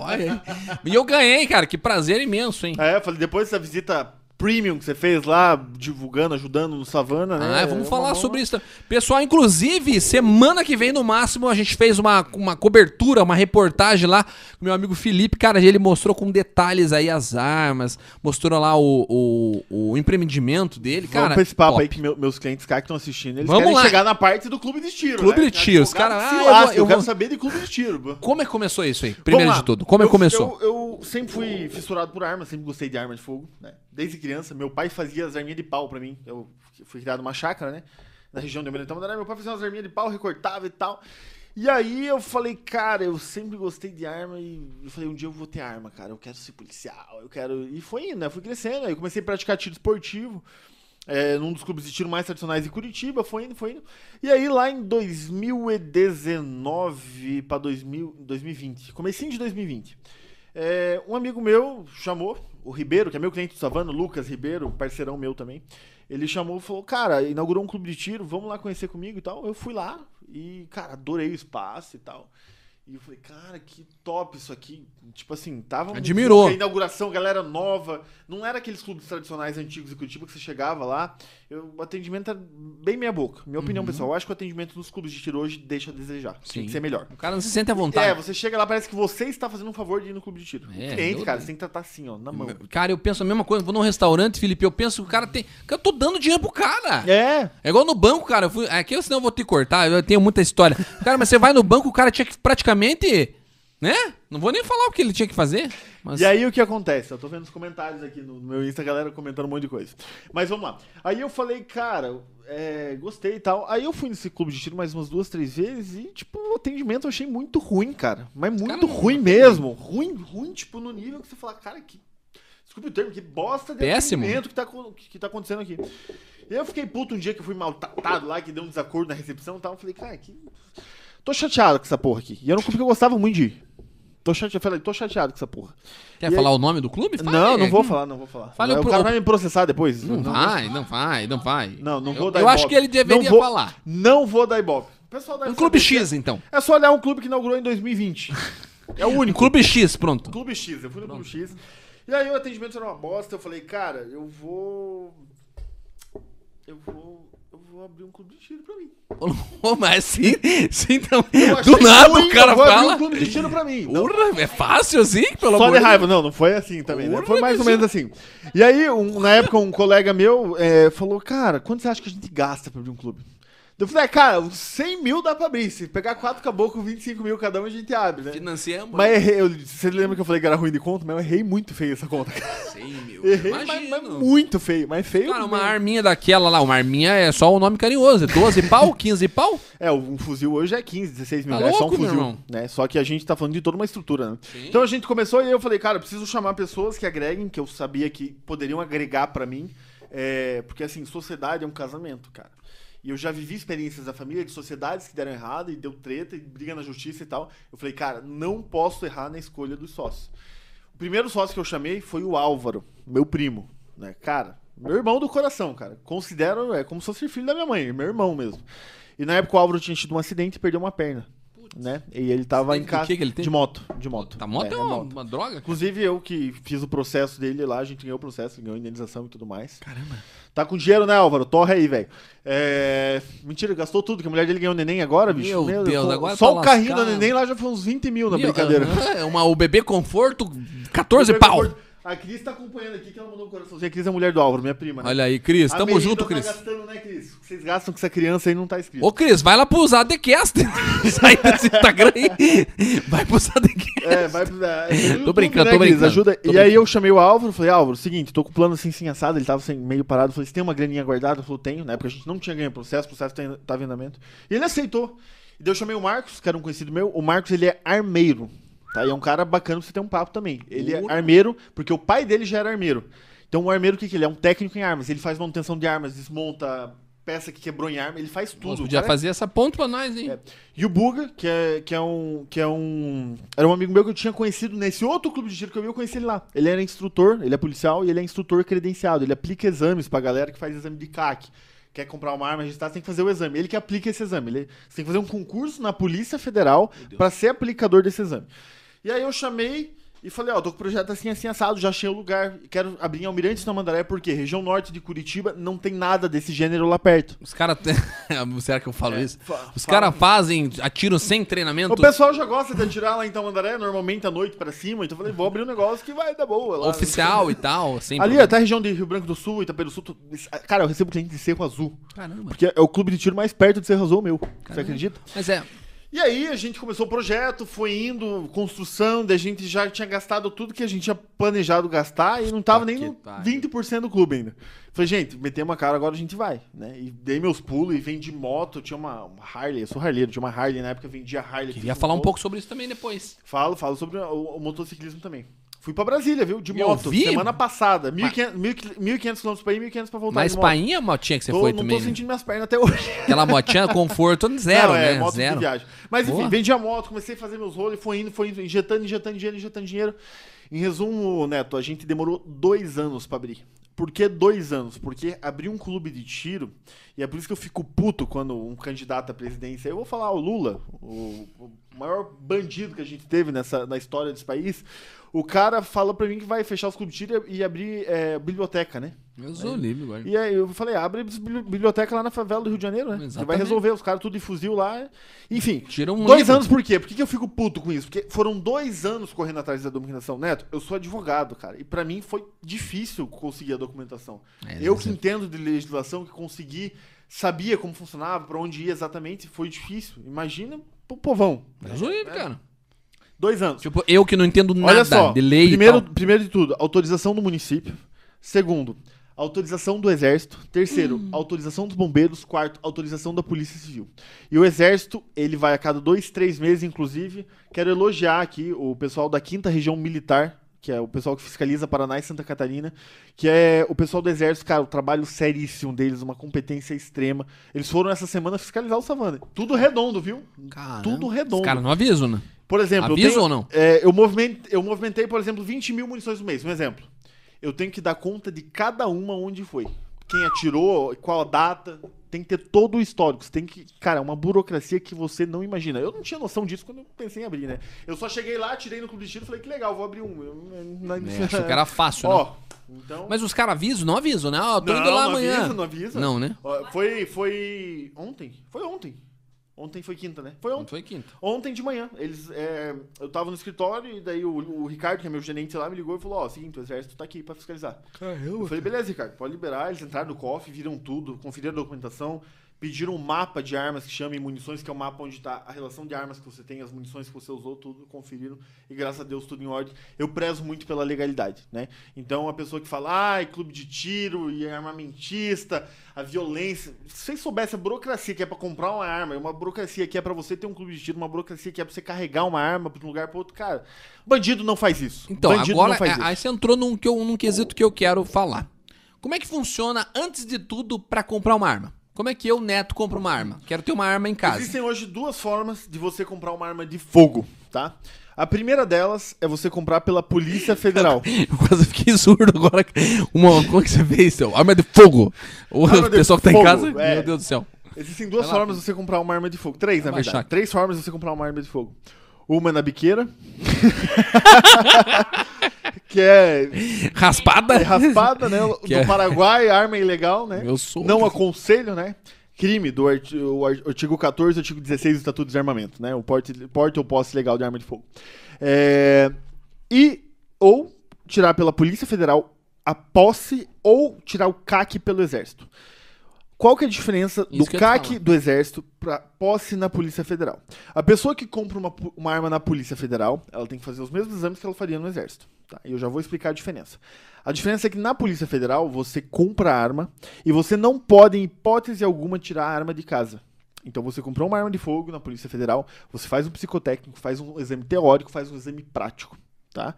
A: olha. E eu ganhei, cara. Que prazer imenso, hein?
B: É, eu falei, depois dessa visita premium que você fez lá, divulgando, ajudando no Savana, né?
A: Ah, vamos
B: É,
A: falar
B: vamos-
A: sobre isso. também. Pessoal, inclusive, semana que vem, no máximo, a gente fez uma, uma cobertura, uma reportagem lá com meu amigo Felipe. Cara, ele mostrou com detalhes aí as armas, mostrou lá o, o, o empreendimento dele. Cara,
B: Vamos pra esse papo
A: top.
B: aí que meu- meus clientes cá que estão assistindo, eles
A: Vamos
B: querem
A: lá.
B: chegar na parte do clube de tiro.
A: Clube
B: né?
A: de tiro, os
B: Advogado
A: caras,
B: se
A: ah, eu
B: lasca,
A: vou-
B: eu,
A: eu
B: quero
A: vou-
B: saber de clube de tiro. bro.
A: Como é que começou isso aí? Primeiro
B: Vamos
A: de
B: lá.
A: tudo, como é
B: Eu-
A: que começou?
B: Eu, eu sempre fui fissurado por armas, sempre gostei de arma de fogo, né? Desde criança, meu pai fazia as arminhas de pau pra mim. Eu fui criado numa chácara, né? Na região de Almirante Tamandaré, meu pai fazia umas arminhas de pau, recortava e tal. E aí eu falei, cara, eu sempre gostei de arma e eu falei, um dia eu vou ter arma, cara. Eu quero ser policial, eu quero... E foi indo, né? Fui crescendo, aí eu comecei a praticar tiro esportivo. É, num dos clubes de tiro mais tradicionais de Curitiba, foi indo, foi indo. E aí lá em 2019 para 2020, comecinho de 2020, é, um amigo meu chamou, o Ribeiro, que é meu cliente do Savano, Lucas Ribeiro, parceirão meu também. Ele chamou e falou, cara, inaugurou um clube de tiro, vamos lá conhecer comigo e tal. Eu fui lá e, cara, adorei o espaço e tal. E eu falei, cara, que top isso aqui. Tipo assim, tava um-
A: Admirou.
B: a inauguração, galera nova. Não era aqueles clubes tradicionais antigos de Curitiba que você chegava lá. Eu- o atendimento era bem meia boca. Minha opinião, pessoal, eu acho que o atendimento nos clubes de tiro hoje deixa a desejar. Tem
A: Uhum. Sim.
B: que ser melhor.
A: O cara não se sente à
B: É,
A: vontade.
B: você chega lá, parece que você está fazendo um favor de ir no clube de tiro.
A: É,
B: o cliente,
A: eu-
B: cara, você tem que tratar assim, ó, na mão.
A: Cara, eu penso a mesma coisa. Vou num restaurante, Felipe, eu penso que o cara tem. Cara, eu tô dando dinheiro pro cara. É.
B: É,
A: igual no banco, cara. Eu fui... Aqui eu senão eu vou te cortar, eu tenho muita história. Cara, mas você vai no banco, o cara tinha que praticamente. Né? Não vou nem falar o que ele tinha que fazer. Mas...
B: E aí o que acontece? Eu tô vendo os comentários aqui no no meu Insta, a galera comentando um monte de coisa. Mas vamos lá. Aí eu falei, cara, é, gostei e tal. Aí eu fui nesse clube de tiro mais umas duas, três vezes e, tipo, o atendimento eu achei muito ruim, cara. Mas muito
A: caras não-
B: ruim mesmo. Ruim, ruim, tipo, no nível que você fala, cara, que. Desculpa o termo, que bosta de
A: Péssimo.
B: atendimento que tá, acon- que, que tá acontecendo aqui. Eu fiquei puto um dia que eu fui maltratado lá, que deu um desacordo na recepção e tal. Eu falei, cara, que. Tô chateado com essa porra aqui. E era um clube que eu gostava muito de ir. Tô chateado, falei, tô chateado com essa porra.
A: Quer
B: e
A: falar o nome do clube? Fala
B: Não,
A: aí.
B: não vou falar, não vou falar.
A: Fale
B: o
A: pro-
B: cara vai me processar depois.
A: Não vai, não vai, não vai.
B: Não, não
A: Eu-
B: vou dar
A: Eu
B: ibope.
A: acho que ele deveria
B: Não vou-
A: falar.
B: Não vou dar ibope. O pessoal deve
A: Um clube
B: saber.
A: X, então.
B: É só olhar um clube que inaugurou em 2020. É o
A: Um
B: único.
A: clube X, pronto.
B: Clube X, eu fui no Clube X. E aí o atendimento era uma bosta, eu falei, cara, eu vou. Eu vou. eu vou abrir um clube de tiro pra mim.
A: Ô, mas sim, sim, então,
B: Eu achei
A: do nada
B: ruim,
A: o cara
B: eu vou abrir
A: fala.
B: um clube de tiro pra mim. Não,
A: Urra, é fácil assim, pelo
B: Só
A: amor
B: de
A: de
B: raiva, não, não foi assim também, né?
A: Porra,
B: Foi mais ou menos assim. E aí, um- na época, um colega meu é, falou, cara, quanto você acha que a gente gasta pra abrir um clube? Eu falei, "Ah, cara, uns 100 mil dá pra abrir. Se pegar quatro caboclos, 25 mil cada um, a gente abre, né?
A: Financiamos
B: Mas errei, eu- você lembra que eu falei que era ruim de conta? Mas eu errei muito feio essa conta. cara.
A: 100 mil.
B: Errei, mas,
A: imagino.
B: mas muito feio, mas feio.
A: Cara, uma
B: mesmo.
A: arminha daquela lá, uma arminha é só o nome carinhoso, é 12 pau, 15 pau?
B: É, um fuzil hoje é 15, 16 mil
A: Tá
B: reais,
A: louco,
B: só um
A: meu
B: fuzil,
A: irmão?
B: né? Só que a gente tá falando de toda uma estrutura, né? Então a gente começou e eu falei, cara, eu preciso chamar pessoas que agreguem, que eu sabia que poderiam agregar pra mim, é, porque assim, sociedade é um casamento, cara. E eu já vivi experiências da família de sociedades que deram errado e deu treta e briga na justiça e tal. Eu falei, cara, não posso errar na escolha dos sócios. O primeiro sócio que eu chamei foi o Álvaro, meu primo, né? Cara, meu irmão do coração, cara. Considero, é como se fosse filho da minha mãe, meu irmão mesmo. E na época o Álvaro tinha tido um acidente e perdeu uma perna, né? E ele tava em
A: Acidente do
B: casa
A: que que ele teve?
B: de moto, de moto.
A: Tá moto é,
B: é
A: uma,
B: moto.
A: uma droga? cara.
B: Inclusive eu que fiz o processo dele lá, a gente ganhou o processo, ganhou indenização e tudo mais. Caramba. Tá com dinheiro, né, Álvaro? Torre aí, velho. É... Mentira, gastou tudo, que a mulher dele ganhou o neném agora, bicho.
A: Meu Deus, agora
B: Só
A: tá
B: o carrinho do
A: lascado.
B: neném lá já foi uns 20 mil na
A: Ih,
B: brincadeira.
A: aham, é uma, o bebê conforto, 14
B: Super
A: pau.
B: conforto. A Cris tá acompanhando aqui, que ela mandou um coraçãozinho. A Cris é a mulher do Álvaro, minha prima. né?
A: Olha aí, Cris,
B: A
A: tamo
B: Merida
A: junto,
B: tá
A: Cris.
B: gastando, né, Cris? O que Vocês gastam com essa criança aí não tá escrito.
A: Ô, Cris, vai lá pro usar TheCast. Sai desse Instagram aí. Vai pro usar TheCast.
B: É, vai pro- é, no YouTube,
A: brincando, tô
B: Cris?
A: brincando.
B: Ajuda.
A: Tô
B: e aí eu chamei o Álvaro, falei, Álvaro, seguinte, tô com o plano assim, sem assado, ele tava assim, meio parado, falei, você tem uma graninha guardada? Ele falou, tenho, na época a gente não tinha ganho processo, o processo tá em- tava em andamento. E ele aceitou. E daí eu chamei o Marcos, que era um conhecido meu, o Marcos, ele é armeiro, tá? E é um cara bacana pra você ter um papo também. Ele é
A: Porra.
B: armeiro, porque o pai dele já era armeiro. Então o armeiro, o que que ele é? É um técnico em armas, ele faz manutenção de armas, desmonta peça que quebrou em arma, ele faz tudo.
A: Nossa,
B: O
A: podia
B: cara é
A: fazer essa ponte pra nós, hein?
B: É. e o Buga, que é, que é um. que é um. Era um amigo meu que eu tinha conhecido nesse outro clube de tiro que eu vi, eu conheci ele lá. Ele era instrutor, ele é policial e ele é instrutor credenciado. Ele aplica exames pra galera que faz exame de CAC. Quer comprar uma arma registrada, tem que fazer o exame. Ele que aplica esse exame. Ele, você tem que fazer um concurso na Polícia Federal pra ser aplicador desse exame. E aí eu chamei e falei, ó, tô com o projeto assim, assim, assado, já achei o lugar. Quero abrir em Almirante na Mandaré, porque região norte de Curitiba não tem nada desse gênero lá perto.
A: Os caras. Será que eu falo isso?
B: É, fa-
A: Os
B: fala.
A: caras fazem atiro sem treinamento.
B: O pessoal já gosta de atirar lá em Tamandaré, normalmente à noite pra cima, então eu falei, vou abrir um negócio que vai dar boa lá.
A: Oficial e tal, sem
B: Ali, é
A: problema.
B: até a região de Rio Branco do Sul, Itapê do Sul, tu- cara, eu recebo cliente de Cerro Azul,
A: Caramba.
B: porque é o clube de tiro mais perto de Cerro Azul meu, você acredita?
A: Mas é,
B: E aí a gente começou o projeto, foi indo, construção, daí a gente já tinha gastado tudo que a gente tinha planejado gastar e não tava
A: Puta
B: nem
A: que
B: no
A: pariu.
B: 20% do clube ainda. Falei, gente, metemos a cara, agora a gente vai, né? E dei meus pulos e vendi moto, eu tinha uma, uma Harley, eu sou harleiro, tinha uma Harley na época, eu vendia Harley.
A: queria
B: fiz um
A: falar um
B: post.
A: pouco sobre isso também depois.
B: Falo, falo sobre o, o motociclismo também. Fui pra Brasília, viu? De
A: Eu
B: moto,
A: vi.
B: semana passada. 1.500 1.500 km pra ir, 1.500 pra voltar
A: Mas
B: de moto.
A: painha é motinha que você
B: Tô-
A: foi
B: não
A: também.
B: tô
A: né?
B: sentindo minhas pernas até hoje.
A: Aquela motinha, conforto zero,
B: Não,
A: né?
B: É, moto
A: zero.
B: de viagem. Mas enfim,
A: Boa.
B: vendi a moto, comecei a fazer meus rolos, foi indo, foi indo, injetando, injetando dinheiro, injetando dinheiro. Em resumo, Neto, a gente demorou dois anos pra abrir. Por que dois anos? Porque abrir um clube de tiro, e é por isso que eu fico puto quando um candidato à presidência, eu vou falar o Lula, o, o maior bandido que a gente teve nessa, na história desse país, o cara fala pra mim que vai fechar os clubes de tiro e abrir é, biblioteca, né?
A: Eu sou livre agora.
B: E aí eu falei, abre bibli- biblioteca lá na favela do Rio de Janeiro, né? Você vai
A: Exatamente.
B: resolver, os caras tudo de fuzil lá. Enfim,
A: Tira um
B: dois
A: livro.
B: anos por quê? Por que, que eu fico puto com isso? Porque foram dois anos correndo atrás da documentação. Neto, eu sou advogado, cara. E pra mim foi difícil conseguir a documentação.
A: É,
B: eu
A: você-
B: que entendo de legislação, que consegui, sabia como funcionava, pra onde ia exatamente, foi difícil. Imagina pro povão.
A: Eu sou livre, cara.
B: Dois anos.
A: Tipo, eu que não entendo nada
B: Olha só,
A: de lei
B: primeiro,
A: e tal.
B: primeiro de tudo, autorização do município. Segundo, autorização do exército. Terceiro, autorização dos bombeiros. Quarto, autorização da polícia civil. E o exército, ele vai a cada dois, três meses, inclusive. Quero elogiar aqui o pessoal da quinta região militar, que é o pessoal que fiscaliza Paraná e Santa Catarina, que é o pessoal do exército, cara, o trabalho seríssimo deles, uma competência extrema. Eles foram essa semana fiscalizar o Savana. Tudo redondo, viu?
A: Caramba.
B: tudo redondo.
A: Os caras não avisam, né?
B: Por exemplo, eu
A: Aviso
B: tenho-
A: ou não?
B: é, eu, movimentei, eu movimentei, por exemplo, 20 mil munições no mês. Um exemplo. Eu tenho que dar conta de cada uma onde foi. Quem atirou, qual a data. tem que ter todo o histórico. Você tem que. Cara, é uma burocracia que você não imagina. Eu não tinha noção disso quando eu pensei em abrir, né? Eu só cheguei lá, tirei no clube de tiro e falei que legal, vou abrir um. Eu- eu- não-
A: É, achou que era fácil, né?
B: Ó, então.
A: Mas os caras avisam? Não avisam, né? Ó, tô
B: não,
A: indo lá
B: não
A: amanhã.
B: avisa, não avisa. Então-
A: Não, né?
B: Ó, Foi, foi ontem. Foi ontem. Ontem foi quinta, né? Foi
A: Não
B: ontem.
A: foi quinta.
B: Ontem de manhã, eles. é, eu tava no escritório e daí o, o Ricardo, que é meu gerente lá, me ligou e falou: Ó, seguinte, o exército tá aqui pra fiscalizar. Eu
A: Caramba.
B: falei: beleza, Ricardo, pode liberar. Eles entraram no COF, viram tudo, conferiram a documentação, pediram um mapa de armas que chama e munições, que é o mapa onde tá a relação de armas que você tem, as munições que você usou, tudo, conferiram. E graças a Deus, tudo em ordem. Eu prezo muito pela legalidade, né? Então, a pessoa que fala, ai, clube de tiro e armamentista, a violência. Se vocês soubessem a burocracia que é pra comprar uma arma, uma burocracia que é pra você ter um clube de tiro, uma burocracia que é pra você carregar uma arma pra um lugar pro outro, cara. Bandido não faz isso.
A: Então,
B: Bandido
A: agora
B: não faz
A: é,
B: isso.
A: aí você entrou num, que eu- num quesito que eu quero falar. Como é que funciona, antes de tudo, pra comprar uma arma? Como é que eu, neto, compro uma arma? Quero ter uma arma em casa.
B: Existem hoje duas formas de você comprar uma arma de fogo, tá? A primeira delas é você comprar pela Polícia Federal.
A: Eu quase fiquei surdo agora. Uma, como é que você fez, seu? Arma de fogo. O
B: Arma de
A: pessoal que tá em
B: fogo,
A: casa,
B: é.
A: meu Deus do céu.
B: Existem duas
A: Vai lá,
B: formas de você comprar uma arma de fogo. Três, na
A: Vai baixar
B: verdade.
A: aqui.
B: Três formas de você comprar uma arma de fogo. Uma é na biqueira. que é
A: Raspada?
B: raspada, né?
A: Que
B: do
A: é-
B: Paraguai, arma ilegal, né?
A: Eu sou.
B: Não aconselho, né? Crime do arti- o ar- artigo 14 e artigo 16 do Estatuto de Desarmamento, né? O porte, porte ou posse legal de arma de fogo. É, e ou tirar pela Polícia Federal a posse ou tirar o CAC pelo Exército. Qual que é a diferença
A: Isso
B: do
A: que eu ia te
B: CAC
A: falar.
B: do Exército para posse na Polícia Federal? A pessoa que compra uma, pu- uma arma na Polícia Federal, ela tem que fazer os mesmos exames que ela faria no Exército. tá? E eu já vou explicar a diferença. A diferença é que na Polícia Federal você compra a arma e você não pode, em hipótese alguma, tirar a arma de casa. Então você comprou uma arma de fogo na Polícia Federal, você faz um psicotécnico, faz um exame teórico, faz um exame prático, tá?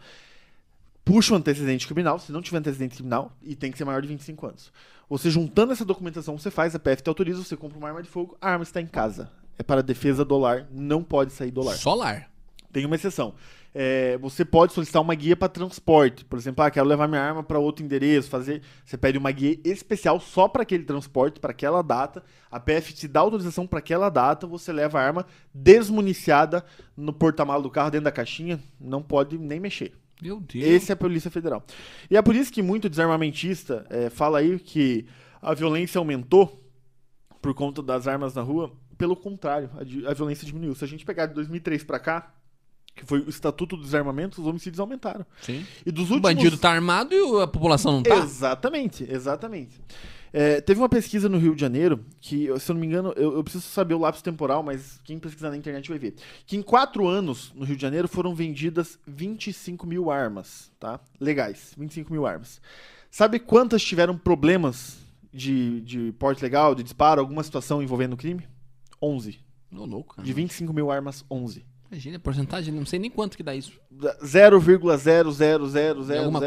B: Puxa o antecedente criminal, se não tiver antecedente criminal, e tem que ser maior de 25 anos. Você juntando essa documentação, você faz, a PF te autoriza, você compra uma arma de fogo, a arma está em casa. É para defesa do lar, não pode sair do lar.
A: Solar.
B: Tem uma exceção. É, você pode solicitar uma guia para transporte. Por exemplo, ah, quero levar minha arma para outro endereço, fazer. Você pede uma guia especial só para aquele transporte, para aquela data. A PF te dá autorização para aquela data. Você leva a arma desmuniciada no porta-malas do carro, dentro da caixinha. Não pode nem mexer.
A: Meu Deus.
B: Esse é a Polícia Federal. E é por isso que muito desarmamentista eh, fala aí que a violência aumentou por conta das armas na rua. Pelo contrário, a, di- a violência diminuiu. Se a gente pegar de 2003 pra cá, que foi o Estatuto do Desarmamento, os homicídios aumentaram.
A: Sim.
B: E dos
A: O
B: últimos...
A: bandido tá armado e o- a população não tá?
B: Exatamente, exatamente. É, teve uma pesquisa no Rio de Janeiro, que, se eu não me engano, eu, eu preciso saber o lapso temporal, mas quem pesquisar na internet vai ver. Que em quatro anos, no Rio de Janeiro, foram vendidas 25 mil armas, tá? Legais, 25 mil armas. Sabe quantas tiveram problemas de, de porte legal, de disparo, alguma situação envolvendo crime? 11.
A: Ô, louco, cara.
B: De 25 mil armas, 11.
A: Imagina a porcentagem, não sei nem quanto que dá isso.
B: Da- 0,00000.
A: É alguma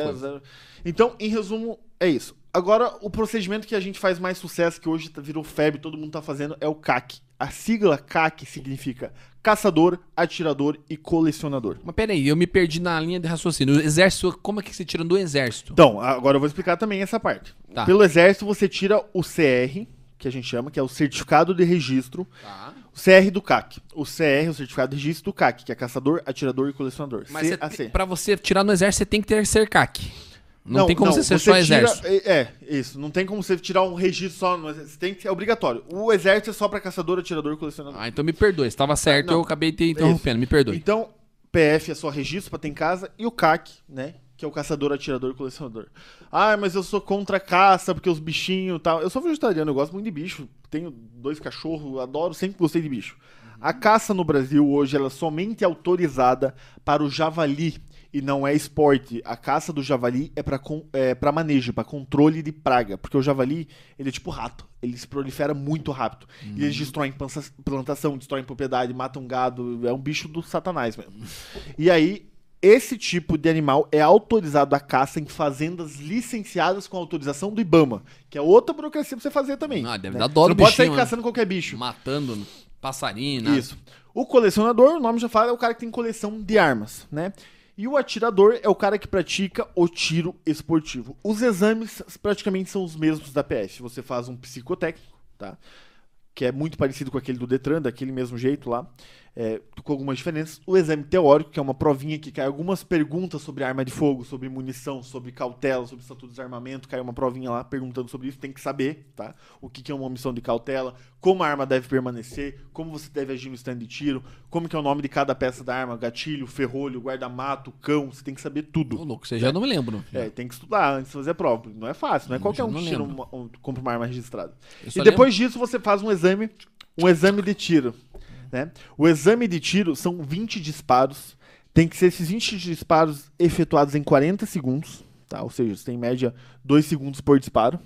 B: Então, em resumo, é isso. Agora, o procedimento que a gente faz mais sucesso, que hoje tá- virou febre, todo mundo tá fazendo, é o CAC. A sigla CAC significa caçador, atirador e colecionador.
A: Mas peraí, eu me perdi na linha de raciocínio. O exército, como é que se tira do exército?
B: Então, agora eu vou explicar também essa parte.
A: Tá.
B: Pelo exército, você tira o CR, que a gente chama, que é o certificado de registro,
A: Tá.
B: o CR do CAC. O CR, o certificado de registro do CAC, que é caçador, atirador e colecionador.
A: Mas você
B: CAC.
A: te- pra você tirar no exército, você tem que ter ser CAC. Não, tem como você ser só
B: tira-
A: exército.
B: É, é, isso. Não tem como você tirar um registro só. No exército. Tem que, é obrigatório. O exército é só pra caçador, atirador e colecionador.
A: Ah, então me perdoe. Estava certo,
B: É, Não.
A: eu acabei te interrompendo. Me perdoe.
B: Então, PF é só registro pra ter em casa e o CAC, né? Que é o caçador, atirador e colecionador. Ah, mas eu sou contra a caça, porque os bichinhos e tal. Eu sou vegetariano, eu gosto muito de bicho. Tenho dois cachorros, adoro, sempre gostei de bicho. A caça no Brasil hoje ela é somente autorizada para o javali e não é esporte. A caça do javali é para é pra manejo, para controle de praga, porque o javali, ele é tipo rato, ele se prolifera muito rápido. E
A: Uhum.
B: eles destroem pança- plantação, destroem propriedade, matam gado, é um bicho do satanás mesmo. E aí esse tipo de animal é autorizado a caça em fazendas licenciadas com autorização do Ibama, que é outra burocracia pra você fazer também.
A: Ah, deve dar dó
B: você
A: no
B: não pode
A: bichinho,
B: sair
A: né?
B: caçando qualquer bicho.
A: Matando passarinho, nada.
B: Isso. O colecionador, o nome já fala, é o cara que tem coleção de armas, né? E o atirador é o cara que pratica o tiro esportivo. Os exames praticamente são os mesmos da PF. Você faz um psicotécnico, tá? que é muito parecido com aquele do Detran, daquele mesmo jeito lá, é, com algumas diferenças. O exame teórico, que é uma provinha que cai algumas perguntas sobre arma de fogo, sobre munição, sobre cautela, sobre estatuto de desarmamento, cai uma provinha lá perguntando sobre isso, tem que saber, tá? O que, que é uma omissão de cautela, como a arma deve permanecer, como você deve agir no stand de tiro, como que é o nome de cada peça da arma, gatilho, ferrolho, guarda-mato, cão, você tem que saber
A: Ô,
B: tudo.
A: louco, você já não me lembro.
B: É, tem que estudar antes de fazer a prova. Não é fácil, não é
A: Eu
B: qualquer
A: já
B: um
A: não
B: que tira
A: lembro.
B: uma, um, compra uma arma registrada.
A: Eu só
B: E depois disso você faz um exame, um exame de tiro, né? O exame de tiro são 20 disparos. Tem que ser esses 20 disparos efetuados em 40 segundos, tá? Ou seja, você tem em média 2 segundos por disparo.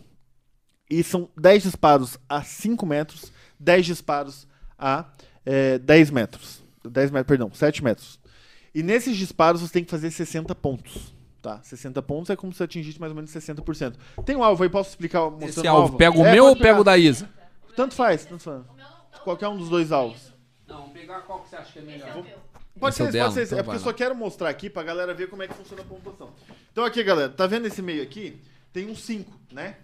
B: E são 10 disparos a 5 metros, 10 disparos a eh, 10 metros. 10 metros, perdão, 7 metros. E nesses disparos você tem que fazer 60 pontos. Tá, 60 pontos é como se atingisse mais ou menos 60%. Tem um alvo aí, posso explicar mostrando
A: Esse
B: o
A: alvo, pega o
B: É,
A: meu ou
B: pode pegar.
A: pega o da Isa?
B: Tanto faz, tanto faz. Qualquer um dos dois alvos.
A: Não, pegar qual que você acha que é melhor.
B: Pode
A: Esse é
B: ser
A: o
B: esse,
A: dela,
B: pode ser esse.
A: então
B: É porque
A: vai
B: eu só
A: lá.
B: quero mostrar aqui pra galera ver como é que funciona a pontuação. Então aqui, galera, tá vendo esse meio aqui? Tem um 5, né?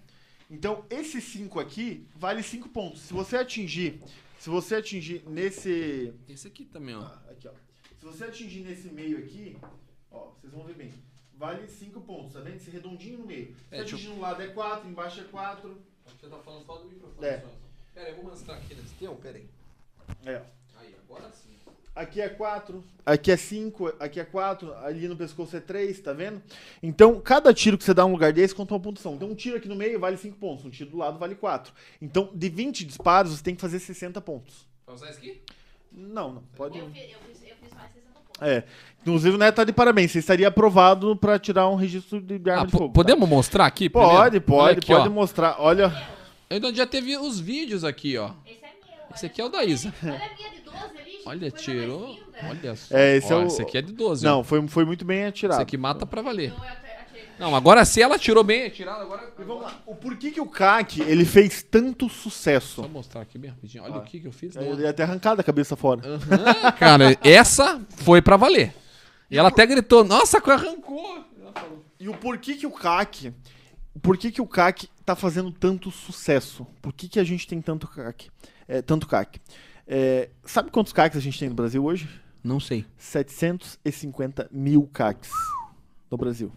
B: Então esse 5 aqui vale 5 pontos. Se você atingir, se você atingir nesse...
A: Esse aqui também, ó.
B: Ah, aqui, ó. Se você atingir nesse meio aqui, ó, vocês vão ver bem. Vale 5 pontos, tá vendo? Esse redondinho no meio. Se
A: É, deixa eu-
B: atingir um lado é 4, embaixo é 4.
A: Você tá falando só do microfone.
B: É.
A: só. Pera aí, eu vou mostrar aqui nesse teu, pera aí.
B: É, ó.
A: Aí, agora sim.
B: Aqui é 4, aqui é 5, aqui é 4, ali no pescoço é 3, tá vendo? Então, cada tiro que você dá em um lugar desse conta uma pontuação. Então, um tiro aqui no meio vale 5 pontos, um tiro do lado vale 4. Então, de 20 disparos, você tem que fazer 60 pontos.
A: Pra usar esse aqui?
B: Não, não, pode.
C: Eu fiz, eu fiz, eu fiz mais 60 pontos.
B: É. Inclusive, né, tá de parabéns. Você estaria aprovado pra tirar um registro de de arma
A: Ah,
B: de
A: po-
B: fogo. tá?
A: podemos mostrar aqui?
B: Pode,
A: primeiro? Olha
B: pode,
A: aqui,
B: pode
A: ó.
B: mostrar. Olha.
A: Então já teve os vídeos aqui, ó.
C: Esse é meu.
A: Esse
C: olha.
A: aqui é o da Isa.
C: Olha a minha de 12 ali, gente.
A: Olha,
C: que coisa
A: tirou.
C: mais linda.
A: Olha só.
B: É, esse é
A: Ó,
B: o-
A: aqui é de 12. ó.
B: Não, foi, foi muito bem
A: Esse
B: atirado.
A: aqui mata pra valer.
C: Então, eu ati- atirei.
A: Não, agora se ela tirou bem, é tirada agora.
B: E vamos lá. O porquê que o CAC ele fez tanto sucesso?
A: Só mostrar aqui bem rapidinho. Olha
B: Ah.
A: o que, que eu fiz.
B: Eu ia até arrancar da cabeça fora.
A: Aham, cara, essa foi pra valer. E ela até gritou, nossa, que arrancou. Ela falou.
B: E o porquê que o CAC. Por que, que o CAC tá fazendo tanto sucesso? Por que, que a gente tem tanto CAC? É, tanto CAC. É, sabe quantos CACs a gente tem no Brasil hoje?
A: Não sei.
B: 750 mil CACs no Brasil.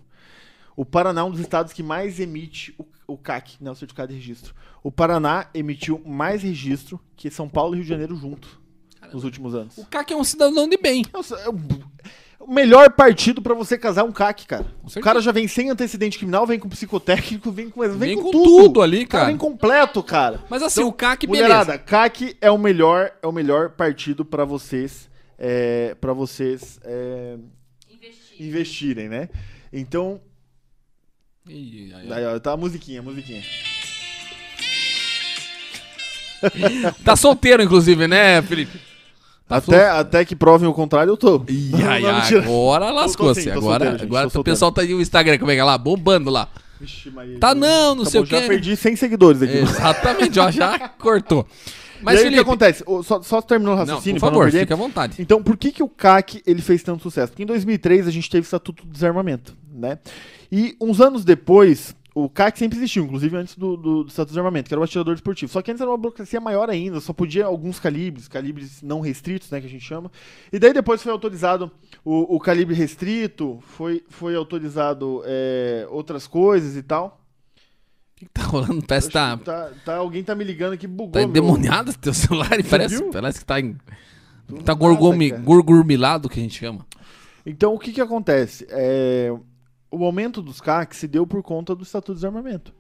B: O Paraná é um dos estados que mais emite o, o CAC, né, o certificado de registro. O Paraná emitiu mais registro que São Paulo e Rio de Janeiro junto nos últimos anos.
A: O CAC é um cidadão de bem.
B: Nossa, é o o melhor partido pra você casar é um CAC, cara. O
A: certeza.
B: cara já vem sem antecedente criminal, vem com psicotécnico, vem com, vem
A: Vem
B: com,
A: com
B: tudo.
A: tudo ali,
B: O cara.
A: cara.
B: Vem completo, cara.
A: Mas assim, o CAC, beleza.
B: Mulherada, CAC é o melhor, é o melhor partido pra vocês, é, para vocês é,
C: Investi.
B: investirem, né? Então,
A: Ih, aí, ó.
B: aí, ó, tá a musiquinha, a musiquinha.
A: Tá solteiro, inclusive, né, Felipe? Tá
B: até, até que provem o contrário, eu tô.
A: Ih,
B: Não,
A: ai,
B: não,
A: ai,
B: mentira.
A: agora lascou-se.
B: sim, tô
A: Agora,
B: solteiro, gente,
A: agora
B: tô
A: o
B: solteiro.
A: pessoal tá aí o Instagram, como é que é lá? Bombando lá.
B: Vixe, Maria,
A: Tá
B: eu-
A: não, não sei o
B: bom, Já
A: quê.
B: perdi 100 seguidores aqui.
A: Exatamente, ó, já cortou. Mas,
B: Mas e aí, o que
A: Felipe...
B: acontece? Ô, Só, só terminando o
A: Não, por
B: raciocínio, pra
A: favor,
B: não perder.
A: fica à vontade.
B: Então, por que, que o CAC ele fez tanto sucesso? Porque em 2003 a gente teve o Estatuto do Desarmamento, né? E uns anos depois, o CAC sempre existiu, inclusive antes do, do, do Estatuto do Desarmamento, que era o atirador esportivo. Só que antes era uma burocracia maior ainda, só podia alguns calibres, calibres não restritos, né, que a gente chama. E daí depois foi autorizado o, o calibre restrito, foi, foi autorizado é, outras coisas e tal.
A: O que que tá rolando? Parece que tá,
B: Acho que tá- alguém tá me ligando aqui, bugou.
A: tá
B: meu-
A: endemoniado esse teu celular e parece,
B: viu?
A: parece que tá, em,
B: Do
A: tá
B: nada,
A: gorgumi,
B: cara.
A: gorgurmilado, que a gente chama.
B: Então, o que, que acontece? É, o aumento dos CACs se deu por conta do Estatuto de Desarmamento.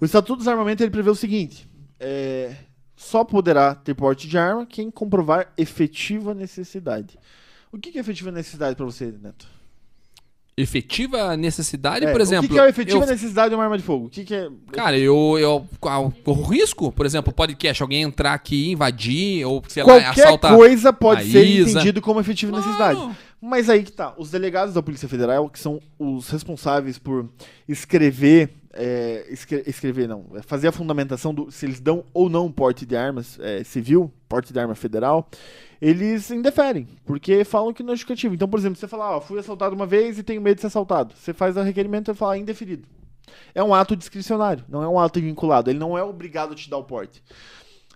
B: O Estatuto de Desarmamento ele prevê o seguinte: é, só poderá ter porte de arma quem comprovar efetiva necessidade. O que, que é efetiva necessidade para você, Neto?
A: Efetiva necessidade,
B: É,
A: por exemplo.
B: o que, que é a efetiva
A: eu-
B: necessidade de uma arma de fogo? O que, que é.
A: Cara, eu, eu qual- corro risco, por exemplo, podcast, alguém entrar aqui, invadir, ou sei lá,
B: Qualquer
A: assaltar.
B: coisa pode
A: a
B: ser
A: Isa.
B: entendido como efetiva
A: Claro.
B: necessidade. Mas aí que tá. Os delegados da Polícia Federal, que são os responsáveis por escrever. é, escre- escrever não, é fazer a fundamentação do se eles dão ou não porte de armas é, civil, porte de arma federal, eles indeferem, porque falam que não é "Ah, justificativo. Então, por exemplo, você falar, ó, fui assaltado uma vez e tenho medo de ser assaltado. Você faz o requerimento e fala indeferido. É um ato discricionário, não é um ato vinculado. Ele não é obrigado a te dar o porte.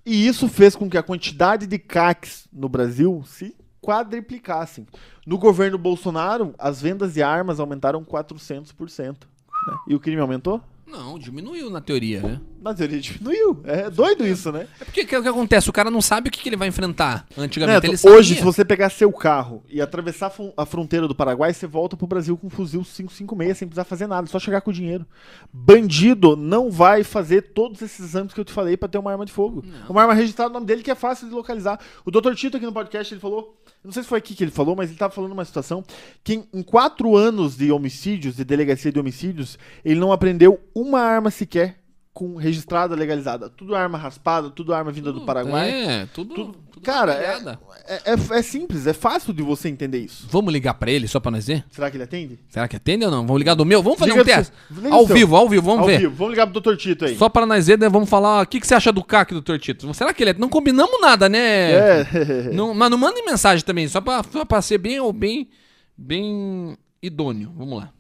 B: E isso fez com que a quantidade de CACs no Brasil se quadriplicassem. No governo Bolsonaro, as vendas de armas aumentaram 400%. né? E o crime aumentou?
A: Não, diminuiu na teoria, né?
B: Na teoria diminuiu. É doido isso, né?
A: É porque o que o que acontece? O cara não sabe o que que ele vai enfrentar. Antigamente
B: Neto,
A: ele sabia.
B: hoje, se você pegar seu carro e atravessar a fron- a fronteira do Paraguai, você volta pro Brasil com um fuzil 556 sem precisar fazer nada, só chegar com o dinheiro. Bandido não vai fazer todos esses exames que eu te falei pra ter uma arma de fogo. Uma arma registrada no nome dele que é fácil de localizar. O Dr. Tito aqui no podcast, ele falou, eu não sei se foi aqui que ele falou, mas ele tava falando uma situação que em, em quatro anos de homicídios, de delegacia de homicídios, ele não aprendeu uma arma sequer com registrada, legalizada. Tudo arma raspada, tudo arma vinda do Paraguai.
A: É, tudo.
B: Tudo-
A: tudo
B: cara, é,
A: copiada.
B: é, é- é simples, é fácil de você entender isso.
A: Vamos ligar pra ele só pra nós ver?
B: Será que ele atende?
A: Será que atende ou não? Vamos ligar do meu? Vamos fazer
B: Liga
A: um
B: pro
A: teste.
B: seu- liga
A: Ao
B: pro seu.
A: vivo, ao vivo, vamos
B: Ao
A: ver.
B: vivo, vamos ligar pro Dr. Tito aí.
A: Só pra nós ver, né? Vamos falar. O que, que você acha do CAC, doutor Tito? Será que ele é. Não combinamos nada, né?
B: É.
A: Não, mas não mandem mensagem também, só pra, só pra ser bem ou bem. Bem idôneo. Vamos lá.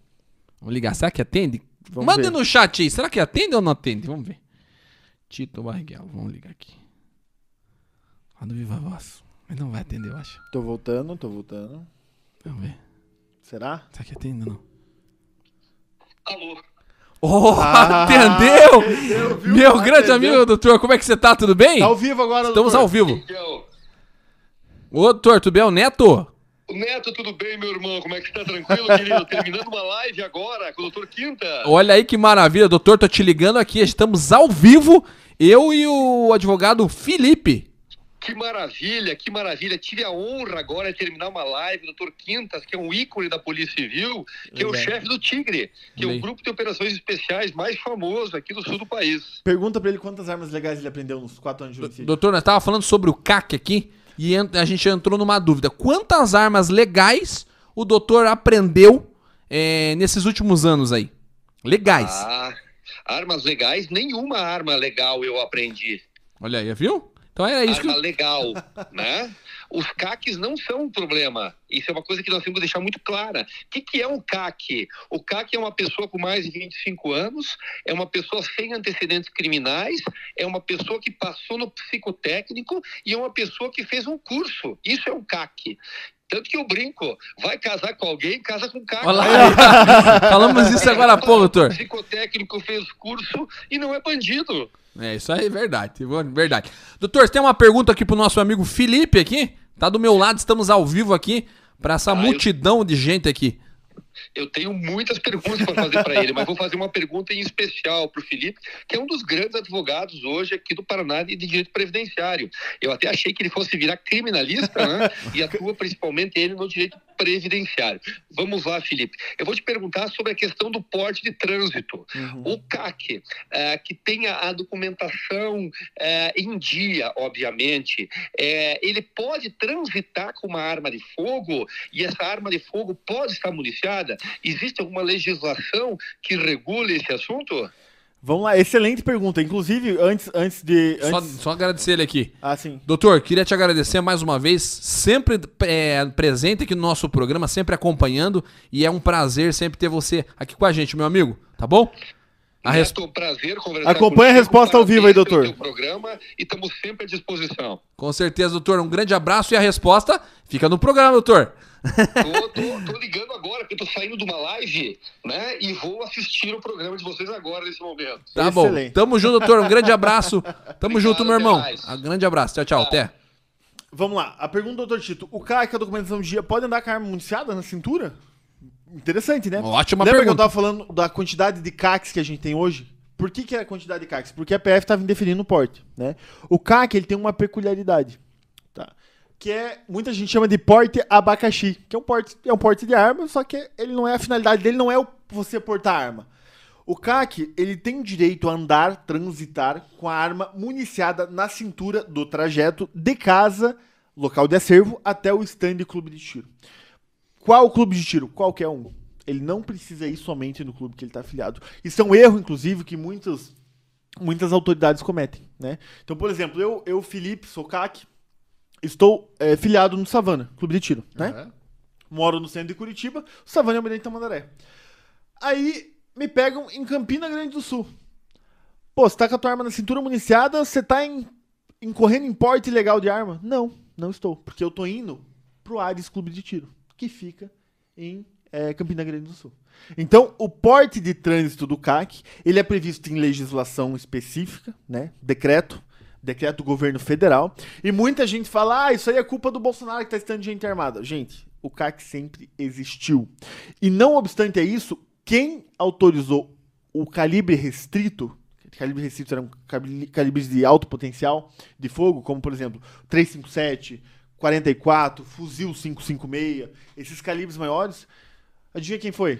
A: Vamos ligar. Será que atende?
B: Vamos
A: Manda
B: ver.
A: no chat aí. Será que atende ou não atende? Vamos ver. Tito Barriguel, vamos ligar aqui. Lá no Viva Voz. Mas não vai atender, eu acho.
B: Tô voltando, tô voltando.
A: Vamos ver.
B: Será?
A: Será que atende ou não?
D: Alô,
A: Oh,
B: Ah,
A: atendeu!
B: viu?
A: Meu
B: Atendeu.
A: grande amigo, doutor, como é que você tá? Tudo bem?
B: Tá ao vivo agora,
A: Estamos
B: doutor.
A: ao vivo.
D: Miguel.
A: Ô, doutor, tudo bem? O Neto?
D: Neto, tudo bem, meu irmão? Como é que você tá tranquilo, querido? Terminando uma live agora com o doutor Quinta.
A: Olha aí que maravilha, doutor, tô te ligando aqui, estamos ao vivo, eu e o advogado Felipe.
D: Que maravilha, que maravilha. Tive a honra agora de terminar uma live do Dr. Quintas, que é um ícone da Polícia Civil, que é o
B: Legal.
D: chefe do Tigre, que é
A: Bem.
D: o grupo de operações especiais mais famoso aqui do sul do país.
B: Pergunta pra ele quantas armas legais ele aprendeu nos 4 anos de homicídio.
A: Doutor, nós tava falando sobre o CAC aqui e ent- a gente entrou numa dúvida. Quantas armas legais o doutor aprendeu é, nesses últimos anos aí? Legais.
D: Ah, armas legais, nenhuma arma legal eu aprendi.
A: Olha aí, viu? Então era isso que...
D: arma tá legal, né? Os CACs não são um problema. Isso é uma coisa que nós temos que deixar muito clara. O que, que é um CAC? O CAC é uma pessoa com mais de 25 anos, é uma pessoa sem antecedentes criminais, é uma pessoa que passou no psicotécnico e é uma pessoa que fez um curso. Isso é um CAC. Tanto que eu brinco, vai casar com alguém, casa com um CAC.
A: Olha lá. Falamos isso agora há pouco, doutor.
D: Psicotécnico fez curso e não é bandido.
A: É, isso aí é verdade, verdade. Doutor, você tem uma pergunta aqui pro nosso amigo Felipe aqui? Tá do meu lado, estamos ao vivo aqui pra essa
D: Ah, eu-
A: multidão de gente aqui.
D: Eu tenho muitas perguntas para fazer para ele, mas vou fazer uma pergunta em especial para o Felipe, que é um dos grandes advogados hoje aqui do Paraná e de direito previdenciário. Eu até achei que ele fosse virar criminalista, né? E atua principalmente ele no direito previdenciário. Vamos lá, Felipe. Eu vou te perguntar sobre a questão do porte de trânsito. O CAC, eh, que tenha a documentação eh, em dia, obviamente, eh, ele pode transitar com uma arma de fogo e essa arma de fogo pode estar municiada? Existe alguma legislação que regule esse assunto?
B: Vamos lá, excelente pergunta. Inclusive, antes, antes de.
A: Só,
B: antes-
A: só agradecer ele aqui.
B: Ah, sim.
A: Doutor, queria te agradecer mais uma vez, sempre é, presente aqui no nosso programa, sempre acompanhando, e é um prazer sempre ter você aqui com a gente, meu amigo, tá bom? A res-
D: Neto, um prazer conversar
B: Acompanha a
D: contigo,
B: resposta ao vivo aí,
D: parabéns pelo
B: doutor.
D: teu programa e estamos sempre à disposição.
A: Com certeza, doutor, um grande abraço e a resposta fica no programa, doutor.
D: Tô, tô- tô ligando agora, porque eu tô saindo de uma live, né? E vou assistir o programa de vocês agora, nesse momento.
A: Tá
B: Excelente.
A: bom. Tamo junto, doutor, um grande abraço. Tamo
D: Obrigado,
A: junto, meu
D: até
A: irmão.
D: mais.
A: Um grande abraço, tchau, tchau, até.
B: Vamos lá. A pergunta do Dr. Tito: o cara que é a documentação de dia pode andar com a arma municiada na cintura? Interessante, né?
A: Ótima
B: Lembra que eu
A: pergunta.
B: tava falando da quantidade de CACs que a gente tem hoje? Por que, que é a quantidade de CACs? Porque a PF estava indefinindo o porte, né? O CAC, ele tem uma peculiaridade, tá? Que é, muita gente chama de porte abacaxi, que é um porte, é um porte de arma, só que ele não é a finalidade dele, não é o- você portar arma. O CAC, ele tem direito a andar, transitar com a arma municiada na cintura do trajeto de casa, local de acervo, até o stand de clube de tiro. Qual clube de tiro? Qualquer um. Ele não precisa ir somente no clube que ele está afiliado. Isso é um erro, inclusive, que muitos, muitas autoridades cometem. Né? Então, por exemplo, eu, eu Felipe, sou CAC, estou eh, filiado no Savana, clube de tiro. Né? Moro no centro de Curitiba, o Savana é o Benedito Tamandaré. Aí me pegam em Campina Grande do Sul. Pô, você tá com a tua arma na cintura municiada, você tá em, em correndo em porte ilegal de arma? Não, não estou. Porque eu tô indo pro Ares Clube de Tiro, que fica em eh, Campina Grande do Sul. Então, o porte de trânsito do CAC, ele é previsto em legislação específica, né? Decreto, decreto do governo federal. E muita gente fala, ah, isso aí é culpa do Bolsonaro que tá estando gente armada. Gente, o CAC sempre existiu. E não obstante a isso, quem autorizou o calibre restrito, calibre restrito eram cabli- calibres de alto potencial de fogo, como por exemplo 357, 44, fuzil 556, esses calibres maiores, adivinha quem foi?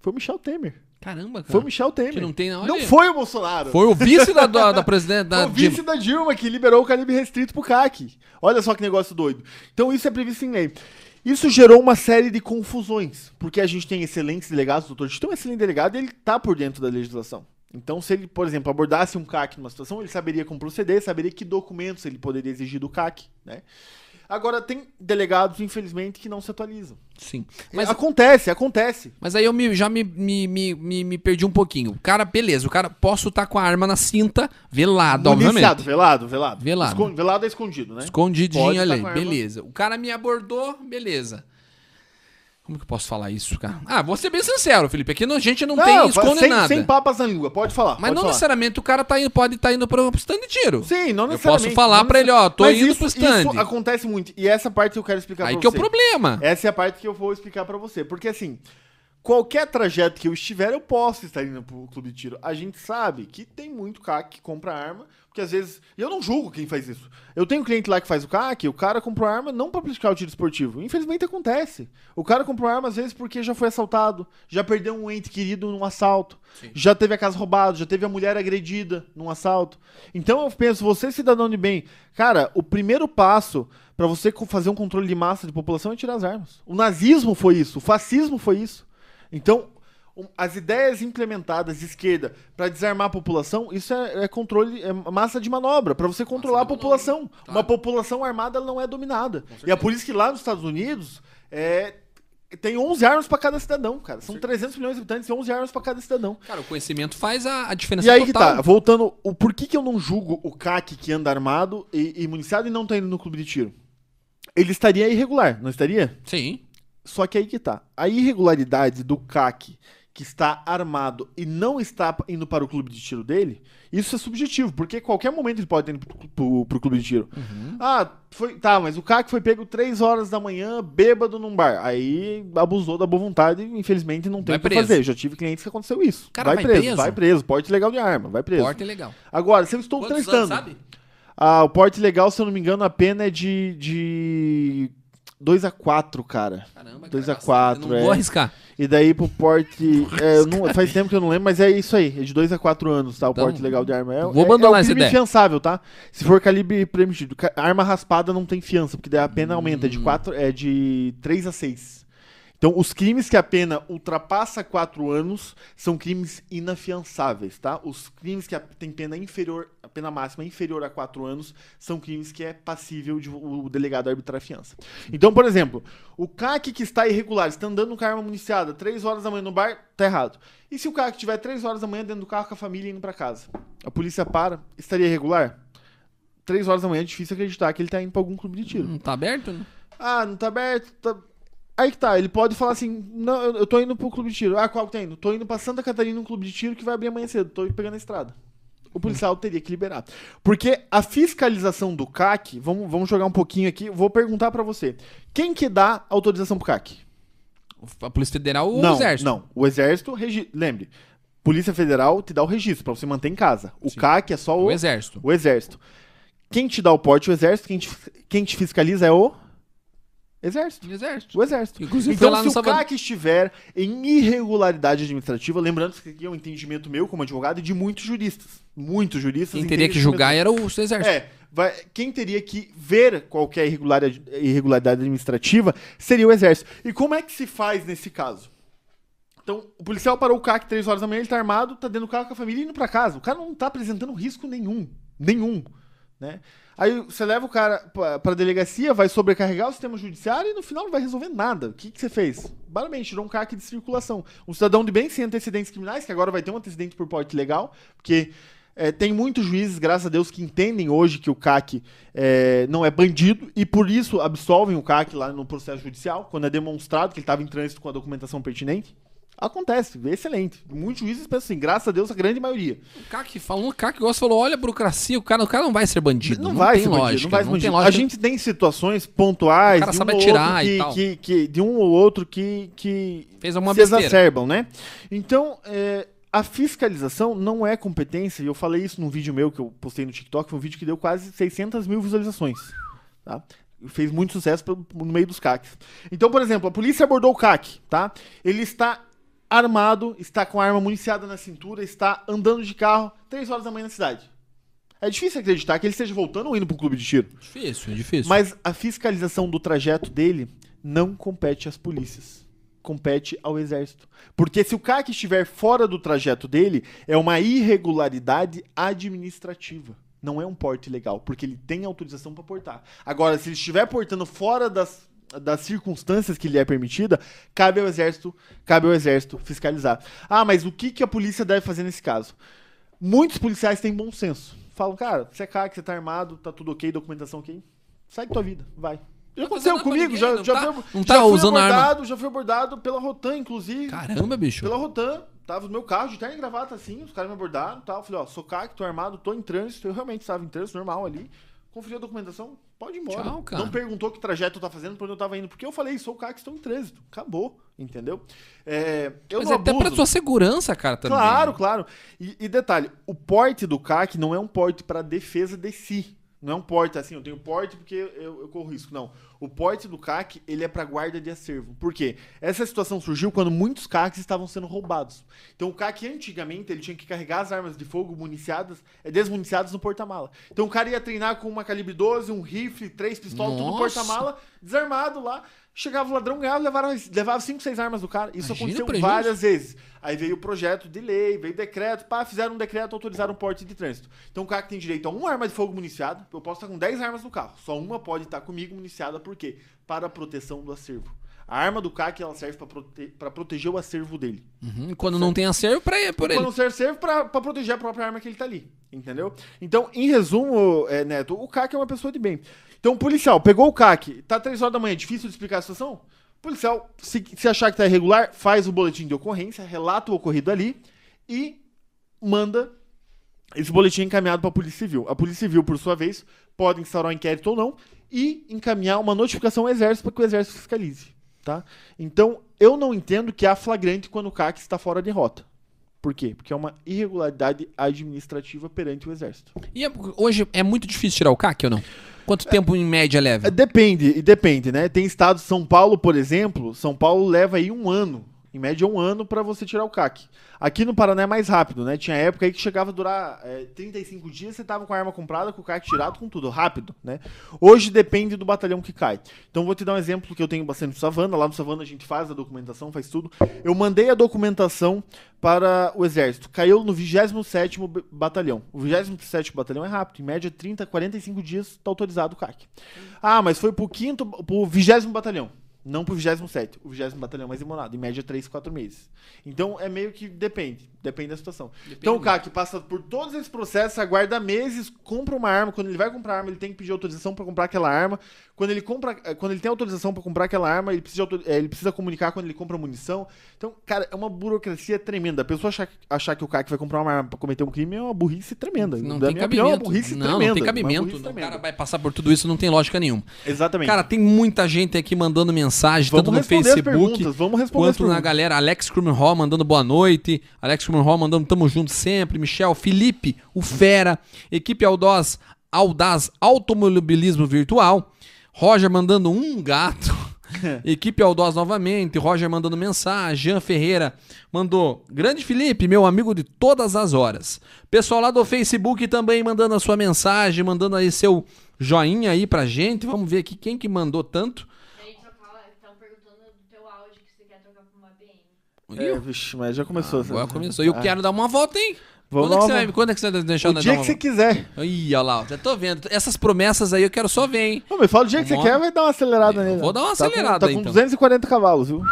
B: Foi o Michel Temer.
A: Caramba, cara.
B: Foi um o Michel Temer.
A: É. que não tem na hora
B: Não
A: de-
B: foi o Bolsonaro.
A: Foi o vice da, da, da presidente da
B: Foi o vice
A: Dilma.
B: da Dilma que liberou o calibre restrito pro CAC. Olha só que negócio doido. Então isso é previsto em lei. Isso gerou uma série de confusões, porque a gente tem excelentes delegados, o doutor Tito é um excelente delegado e ele tá por dentro da legislação. Então, se ele, por exemplo, abordasse um CAC numa situação, ele saberia como proceder, saberia que documentos ele poderia exigir do CAC, né? Agora, tem delegados, infelizmente, que não se atualizam.
A: Sim.
B: Mas
A: Mas,
B: acontece, acontece.
A: mas aí eu me- já me, me, me, me, me perdi um pouquinho. O cara, beleza, o cara posso estar com a arma na cinta, velado,
B: Municiado,
A: obviamente.
B: velado, velado.
A: Velado.
B: Escon- velado é escondido, né? Pode
A: Escondidinho
B: tá
A: ali,
B: com a arma.
A: beleza. O cara me abordou, beleza. Como que eu posso falar isso, cara? Ah, vou ser bem sincero, Felipe. Aqui não- a gente não, tem, esconde
B: sem,
A: nada.
B: Sem papas na língua, pode falar.
A: Mas
B: pode
A: não
B: falar.
A: necessariamente o cara tá indo, pode estar indo para um stand de tiro.
B: Sim, não
A: Eu
B: necessariamente.
A: posso falar
B: não
A: pra ele, ó, tô
B: necessariamente.
A: indo
B: Mas
A: pro
B: isso-
A: stand.
B: Isso acontece muito. E essa parte eu quero explicar
A: Aí
B: pra
A: que é o
B: você.
A: problema.
B: Essa é a parte que eu vou explicar pra você. Porque assim, qualquer trajeto que eu estiver, eu posso estar indo pro clube de tiro. A gente sabe que tem muito CAC que compra arma, porque às vezes. E eu não julgo quem faz isso. Eu tenho um cliente lá que faz o CAC, o cara comprou arma não pra praticar o tiro esportivo. Infelizmente acontece. O cara comprou arma às vezes porque já foi assaltado, já perdeu um ente querido num assalto, já teve a casa roubada, já teve a mulher agredida num assalto. Então eu penso, você, cidadão de bem, cara, o primeiro passo para você co- fazer um controle de massa de população é tirar as armas. O nazismo foi isso, o fascismo foi isso. Então, um, as ideias implementadas de esquerda para desarmar a população, isso é, é controle, é massa de manobra, para você controlar a
A: de manobra,
B: população.
A: claro.
B: Uma população armada ela não é dominada. E é por isso que lá nos Estados Unidos é, tem 11 armas para cada cidadão, cara. São 300 milhões de habitantes e 11 armas para cada cidadão.
A: Cara, o conhecimento faz a, a diferença
B: É. E aí que
A: total.
B: tá, voltando, o por que, que eu não julgo o CAC que anda armado e, e municiado e não tá indo no clube de tiro? Ele estaria irregular, não estaria?
A: Sim.
B: Só que aí que tá. A irregularidade do CAC que está armado e não está p- indo para o clube de tiro dele, isso é subjetivo, porque qualquer momento ele pode ir pro, pro, pro clube de tiro.
A: Uhum.
B: Ah, foi, tá, mas o CAC foi pego 3 horas da manhã, bêbado num bar. Aí abusou da boa vontade e infelizmente não tem
A: Vai
B: o que
A: preso.
B: fazer. Já tive clientes que aconteceu isso.
A: Cara, vai preso?
B: vai preso, porte legal de arma, vai preso.
A: Porta é legal.
B: Agora, se eu estou
A: Quantos
B: transitando.
A: anos, sabe?
B: Ah, o porte legal, se eu não me engano, a pena é de. de 2 a 4 cara.
A: Caramba,
B: Dois
A: cara,
B: a quatro,
A: eu Não vou
B: é.
A: arriscar.
B: E daí pro porte. é, eu não- faz tempo que eu não lembro, mas é isso aí. É de 2 a 4 anos, tá? O
A: Então,
B: porte legal de arma. É,
A: vou
B: é-
A: abandonar
B: é um
A: essa
B: crime
A: ideia.
B: fiançável, tá? Se for calibre permitido. Ca- Arma raspada não tem fiança, porque daí a pena aumenta
A: Hum.
B: de, quatro, é de 3 a 6. Então, os crimes que a pena ultrapassa 4 anos são crimes inafiançáveis, tá? Os crimes que a- tem pena inferior, a pena máxima inferior a 4 anos, são crimes que é passível de o delegado arbitrar a fiança. Então, por exemplo, o CAC que está irregular, está andando com a arma municiada 3 horas da manhã no bar, tá errado. E se o CAC tiver 3 horas da manhã dentro do carro com a família indo para casa? A polícia para, estaria irregular? 3 horas da manhã é difícil acreditar que ele tá indo para algum clube de tiro.
A: Não tá aberto? né?
B: Ah, não tá aberto. tá- Aí que tá, ele pode falar assim: não, eu, eu tô indo pro clube de tiro. Ah, qual que tá indo? Tô indo pra Santa Catarina, um clube de tiro que vai abrir amanhã cedo. Tô pegando a estrada. O policial teria que liberar. Porque a fiscalização do CAC, vamos, vamos jogar um pouquinho aqui, vou perguntar pra você: quem que dá autorização pro CAC?
A: A Polícia Federal ou
B: não,
A: o Exército?
B: Não, o Exército, regi... lembre, Polícia Federal te dá o registro pra você manter em casa. O CAC é só o,
A: O Exército.
B: o Exército. Quem te dá o porte, o Exército, quem te, quem te fiscaliza é o Exército.
A: O Exército.
B: O Exército.
A: Inclusive,
B: então,
A: foi lá
B: se
A: no
B: o
A: Salvador.
B: CAC estiver em irregularidade administrativa, lembrando que isso aqui é um entendimento meu como advogado e de muitos juristas. Muitos juristas.
A: Quem teria
B: entendem
A: que
B: desse
A: julgar era o Exército.
B: é, vai- quem teria que ver qualquer irregular- irregularidade administrativa seria o exército. E como é que se faz nesse caso? Então, o policial parou o CAC 3 horas da manhã, ele tá armado, tá dentro do carro com a família e indo pra casa. O cara não tá apresentando risco nenhum. Nenhum. Né? Aí você leva o cara pra pra delegacia, vai sobrecarregar o sistema judiciário e no final não vai resolver nada. O que, que você fez? Baramente, tirou um cara aqui de circulação. Um cidadão de bem sem antecedentes criminais, que agora vai ter um antecedente por porte legal, porque é, tem muitos juízes, graças a Deus, que entendem hoje que o CAC é, não é bandido e por isso absolvem o CAC lá no processo judicial, quando é demonstrado que ele estava em trânsito com a documentação pertinente. Acontece, é excelente. Muitos juízes pensam assim, graças a Deus, a grande maioria.
A: O cara que falou, o cara que gosta falou: olha a burocracia, o cara, o cara não vai ser bandido.
B: Não, vai
A: tem
B: ser bandido,
A: lógica,
B: não vai ser
A: não tem
B: bandido.
A: lógica.
B: A gente tem situações pontuais
A: O cara
B: de um,
A: sabe
B: ou
A: atirar
B: outro
A: e
B: que-
A: tal.
B: que- que- de um ou outro que, que
A: fez uma
B: se
A: besteira.
B: exacerbam, né? Então, é, a fiscalização não é competência, e eu falei isso num vídeo meu que eu postei no TikTok, foi um vídeo que deu quase 600 mil visualizações. Tá? Fez muito sucesso pelo- no meio dos CACs. Então, por exemplo, a polícia abordou o CAC, tá? Ele está armado, está com a arma municiada na cintura, está andando de carro 3 horas da manhã na cidade. É difícil acreditar que ele esteja voltando ou indo para um clube de tiro.
A: Difícil, é difícil.
B: Mas a fiscalização do trajeto dele não compete às polícias. Compete ao exército. Porque se o CAC estiver fora do trajeto dele, é uma irregularidade administrativa. Não é um porte ilegal, porque ele tem autorização para portar. Agora, se ele estiver portando fora das, das circunstâncias que lhe é permitida, cabe ao exército, cabe ao exército fiscalizar. Ah, mas o que, que a polícia deve fazer nesse caso? Muitos policiais têm bom senso. Falam, cara, você é CAC, você tá armado, tá tudo ok, documentação ok segue tua vida, vai. Já
A: Não tá
B: aconteceu
A: fazendo nada pra
B: comigo,
A: ninguém,
B: já,
A: não
B: já,
A: tá-
B: foi,
A: não
B: já
A: tá
B: fui
A: usando arma.
B: abordado, já fui abordado pela Rotan, inclusive.
A: Caramba, bicho.
B: Pela Rotan, tava no meu carro, de terno e gravata assim, os caras me abordaram e tal. Falei, ó, sou CAC, tô armado, tô em trânsito. Eu realmente estava em trânsito, normal ali. Conferi a documentação, pode ir embora.
A: Tchau, cara.
B: Não perguntou que trajeto eu tava fazendo, pra onde eu tava indo. Porque eu falei, sou CAC, estou em trânsito. Acabou, entendeu? É, eu
A: Mas
B: não
A: até pra
B: abuso.
A: sua segurança, cara, também. né?
B: Claro, claro. E, e detalhe, o porte do CAC não é um porte para defesa de si. Não é um porte assim, eu tenho porte porque eu, eu corro risco. Não. O porte do CAC, ele é para guarda de acervo. Por quê? Essa situação surgiu quando muitos CACs estavam sendo roubados. Então o CAC, antigamente, ele tinha que carregar as armas de fogo municiadas, eh, desmuniciadas no porta-mala. Então o cara ia treinar com uma calibre 12, um rifle, três pistolas, tudo no
A: Nossa.
B: porta-mala, desarmado lá. Chegava o ladrão, ganhava, levava, levava cinco, seis armas do cara. Isso
A: Imagina o
B: aconteceu
A: prejuízo.
B: várias vezes. Aí veio o projeto de lei, veio o decreto, pá, fizeram um decreto, autorizaram o porte de trânsito. Então o cara que tem direito a uma arma de fogo municiada, eu posso estar com 10 armas no carro. Só uma pode estar comigo municiada, por quê? Para a proteção do acervo. A arma do CAC ela serve para prote pra proteger o acervo dele.
A: Uhum, Quando não tem acervo, pra ele, por
B: Pra
A: ele.
B: não ser serve pra, pra proteger a própria arma que ele tá ali. Entendeu? Então, em resumo, é, Neto, o CAC é uma pessoa de bem. Então, o policial pegou o CAC, tá três horas da manhã, difícil de explicar a situação? O policial, se, se achar que tá irregular, faz o boletim de ocorrência, relata o ocorrido ali e manda esse boletim encaminhado para a Polícia Civil. A Polícia Civil, por sua vez, pode instaurar um inquérito ou não e encaminhar uma notificação ao Exército para que o Exército fiscalize. Tá? Então, eu não entendo que há flagrante quando o CAC está fora de rota. Por quê? Porque é uma irregularidade administrativa perante o Exército.
A: E é- hoje é muito difícil tirar o CAC ou não? Quanto tempo em média leva?
B: É, Depende, e depende, né? Tem estados, São Paulo, por exemplo, São Paulo leva aí um ano, em média um ano, pra você tirar o CAC. Aqui no Paraná é mais rápido, né? Tinha época aí que chegava a durar é, 35 dias, você tava com a arma comprada, com o CAC tirado, com tudo, rápido, né? Hoje depende do batalhão que cai. Então vou te dar um exemplo que eu tenho bastante no Savana, lá no Savana a gente faz a documentação, faz tudo. Eu mandei a documentação para o Exército, caiu no 27º b- Batalhão. O 27º Batalhão é rápido, em média 30, 45 dias está autorizado o CAC. Ah, mas foi pro quinto, pro vigésimo batalhão. Não pro 27. O 20 batalhão é mais demorado, em média 3, 4 meses. Então é meio que depende. Depende da situação. então o cara que passa por todos esses processos, aguarda meses, compra uma arma. Quando ele vai comprar arma, ele tem que pedir autorização pra comprar aquela arma. Quando ele compra, eh, quando ele tem autorização pra comprar aquela arma, ele precisa, de autor- eh, ele precisa comunicar quando ele compra munição. Então, cara, é uma burocracia tremenda. A pessoa achar, achar que o cara que vai comprar uma arma pra cometer um crime é uma burrice tremenda.
A: Não
B: Da
A: tem
B: minha opinião, é uma
A: cabimento.
B: burrice
A: Não, não
B: tremenda.
A: tem
B: Uma
A: cabimento.
B: burrice
A: não. O
B: tremenda.
A: cara vai passar por tudo isso, não tem lógica nenhuma.
B: Exatamente.
A: Cara, tem muita gente aqui mandando mensagem, tanto no
B: responder as
A: Facebook
B: perguntas, vamos responder as
A: quanto na
B: perguntas.
A: galera. Alex Krumenhall mandando boa noite. Alex Krumenhall mandando tamo junto sempre. Michel, Felipe, o Fera. Equipe Aldaz, Aldaz Automobilismo Virtual. Roger mandando um gato. Equipe Aldaz novamente. Roger mandando mensagem. Jean Ferreira mandou. Grande Felipe, meu amigo de todas as horas. Pessoal lá do Facebook também mandando a sua mensagem, mandando aí seu joinha aí pra gente. Vamos ver aqui quem que mandou tanto.
C: Daí trocar, estão perguntando do teu áudio que você quer trocar pra uma BM.
B: É, vixe, mas já começou.
A: Agora
B: sabe?
A: começou. E é eu
B: Ah,
A: quero dar uma volta, hein? Quando, é
B: Vamos
A: que
B: lá,
A: você vai,
B: vamos.
A: quando é que você vai deixar
B: O
A: nós
B: dia
A: dar
B: que
A: uma-
B: você quiser.
A: Ih, olha lá, já tô vendo. Essas promessas aí eu quero só ver, hein?
B: Não, me fala o dia que você
A: Vamos
B: quer,
A: lá.
B: vai dar uma acelerada
A: Eu
B: nele.
A: vou dar uma
B: Tá com-
A: acelerada
B: Tá
A: aí,
B: com
A: então.
B: 240 cavalos, viu?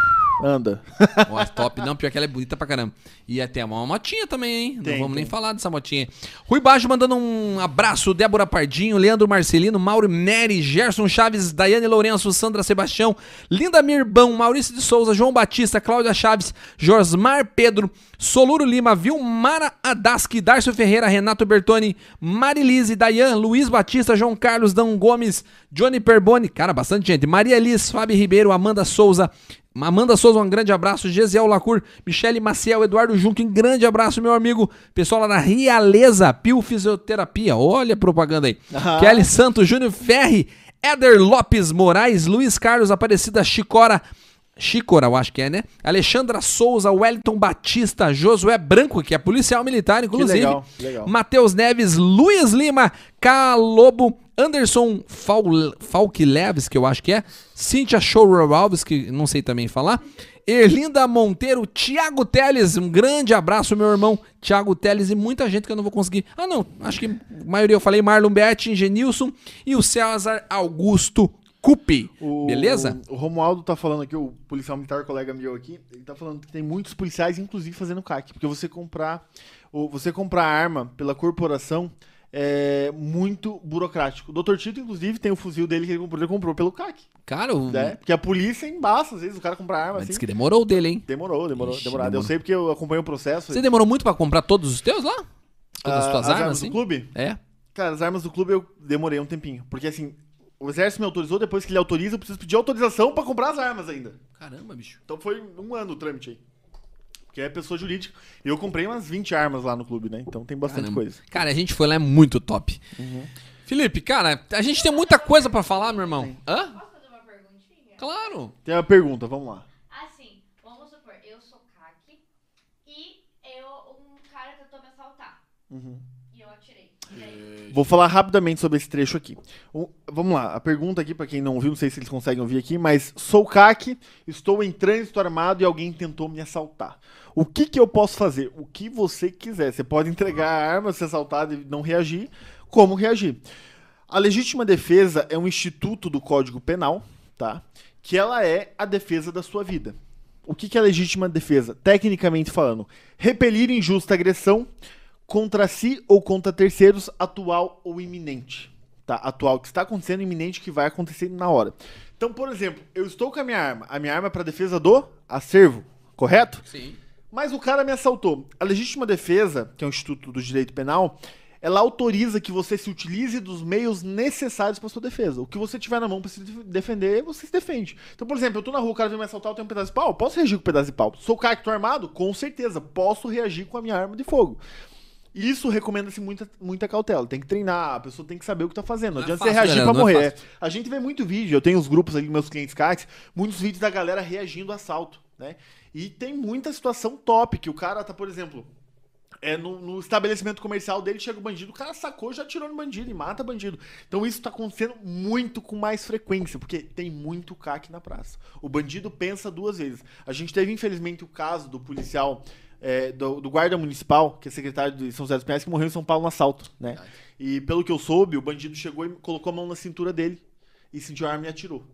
B: Anda.
A: Ó, top, não, pior que ela é bonita pra caramba. E até uma motinha também, hein? não
B: Tem,
A: vamos nem
B: tem.
A: falar dessa motinha. Rui Bajo mandando um abraço, Débora Pardinho, Leandro Marcelino, Mauro Neri, Gerson Chaves, Daiane Lourenço, Sandra Sebastião, Linda Mirbão, Maurício de Souza, João Batista, Cláudia Chaves, Josmar Pedro, Soluro Lima, Vilmara Adaski, Darcio Ferreira, Renato Bertoni, Marilise, Dayan, Luiz Batista, João Carlos, Dão Gomes, Johnny Perboni, cara, bastante gente, Maria Elis, Fábio Ribeiro, Amanda Souza, Amanda Souza, um grande abraço. Gesiel Lacour, Michele Maciel, Eduardo Junque, um grande abraço, meu amigo. Pessoal lá na Realeza, Pio Fisioterapia, olha a propaganda aí.
B: Ah.
A: Kelly Santos, Júnior Ferri, Éder Lopes Moraes, Luiz Carlos Aparecida Chicora, Chicora, eu acho que é, né? Alexandra Souza, Wellington Batista, Josué Branco, que é policial militar, inclusive.
B: legal, legal.
A: Matheus Neves, Luiz Lima, Calobo, Anderson Fal Falquileves, que eu acho que é, Cíntia Showrow Alves, que não sei também falar, Erlinda Monteiro, Thiago Teles, um grande abraço, meu irmão, Thiago Teles e muita gente que eu não vou conseguir. Ah, não, acho que a maioria eu falei, Marlon Berti, Genilson e o César Augusto Cupi,
B: O-
A: beleza?
B: O Romualdo tá falando aqui, o policial militar, colega meu aqui, ele tá falando que tem muitos policiais, inclusive, fazendo CAC. Porque você comprar, ou você comprar arma pela corporação é muito burocrático. O Dr. Tito, inclusive, tem o fuzil dele que ele comprou, ele comprou pelo CAC.
A: Cara, o...
B: Né? Porque a polícia embaça, às vezes, o cara compra arma
A: mas
B: assim.
A: disse que demorou o dele, hein?
B: Demorou, demorou,
A: Ixi,
B: demorado. Eu
A: demorou.
B: sei porque eu acompanho o processo.
A: Você demorou muito pra comprar todos os teus lá? Todas as
B: Ah,
A: tuas
B: as
A: armas,
B: do
A: assim?
B: clube?
A: É.
B: Cara, as armas do clube eu demorei um tempinho. Porque assim, o exército me autorizou, depois que ele autoriza, eu preciso pedir autorização pra comprar as armas ainda.
A: Caramba, bicho.
B: Então foi um ano o trâmite aí. Porque é pessoa jurídica. E eu comprei umas 20 armas lá no clube, né? Então tem bastante
A: Caramba.
B: coisa. Uhum.
A: Cara, a gente foi lá, é muito top. Felipe, cara, a gente tem muita coisa pra falar, meu irmão. Hã?
C: Posso fazer uma perguntinha?
A: Ah! Claro.
B: Tem uma pergunta, vamos lá.
C: Assim, vamos supor, eu sou CAC e eu, um cara tentou me assaltar.
B: Uhum.
C: E eu atirei.
B: É.
C: E daí?
B: Vou falar rapidamente sobre esse trecho aqui. O- vamos lá, a pergunta aqui, pra quem não ouviu, não sei se eles conseguem ouvir aqui, mas sou CAC, estou em trânsito armado e alguém tentou me assaltar. O que, que eu posso fazer? O que você quiser. Você pode entregar a arma, ser assaltado e não reagir. Como reagir? A legítima defesa é um instituto do Código Penal, tá? Que ela é a defesa da sua vida. O que, que é legítima defesa? Tecnicamente falando, repelir injusta agressão contra si ou contra terceiros, atual ou iminente. Tá? Atual que está acontecendo, iminente que vai acontecer na hora. Então, por exemplo, eu estou com a minha arma. A minha arma é para defesa do acervo, correto?
A: Sim.
B: Mas o cara me assaltou. A legítima defesa, que é um instituto do direito penal, ela autoriza que você se utilize dos meios necessários para sua defesa. O que você tiver na mão para se def- defender, você se defende. Então, por exemplo, eu tô na rua, o cara vem me assaltar, eu tenho um pedaço de pau, posso reagir com um pedaço de pau? Sou cara que tô armado? Com certeza, posso reagir com a minha arma de fogo. Isso recomenda-se muita, muita cautela. Tem que treinar, a pessoa tem que saber o que tá fazendo. Não
A: Não é
B: adianta
A: fácil,
B: você reagir
A: galera,
B: pra
A: não é
B: morrer.
A: fácil.
B: É, a gente vê muito vídeo, eu tenho os grupos ali, meus clientes CACs, muitos vídeos da galera reagindo a assalto, né? E tem muita situação top, que o cara tá, por exemplo, é no, no estabelecimento comercial dele, chega o bandido, o cara sacou, já atirou no bandido e mata bandido. Então isso tá acontecendo muito com mais frequência, porque tem muito CAC na praça. O bandido pensa duas vezes. A gente teve, infelizmente, o caso do policial, é, do, do guarda municipal, que é secretário de São José dos Pinhais, que morreu em São Paulo no assalto, né? E pelo que eu soube, o bandido chegou e colocou a mão na cintura dele e sentiu a arma e atirou.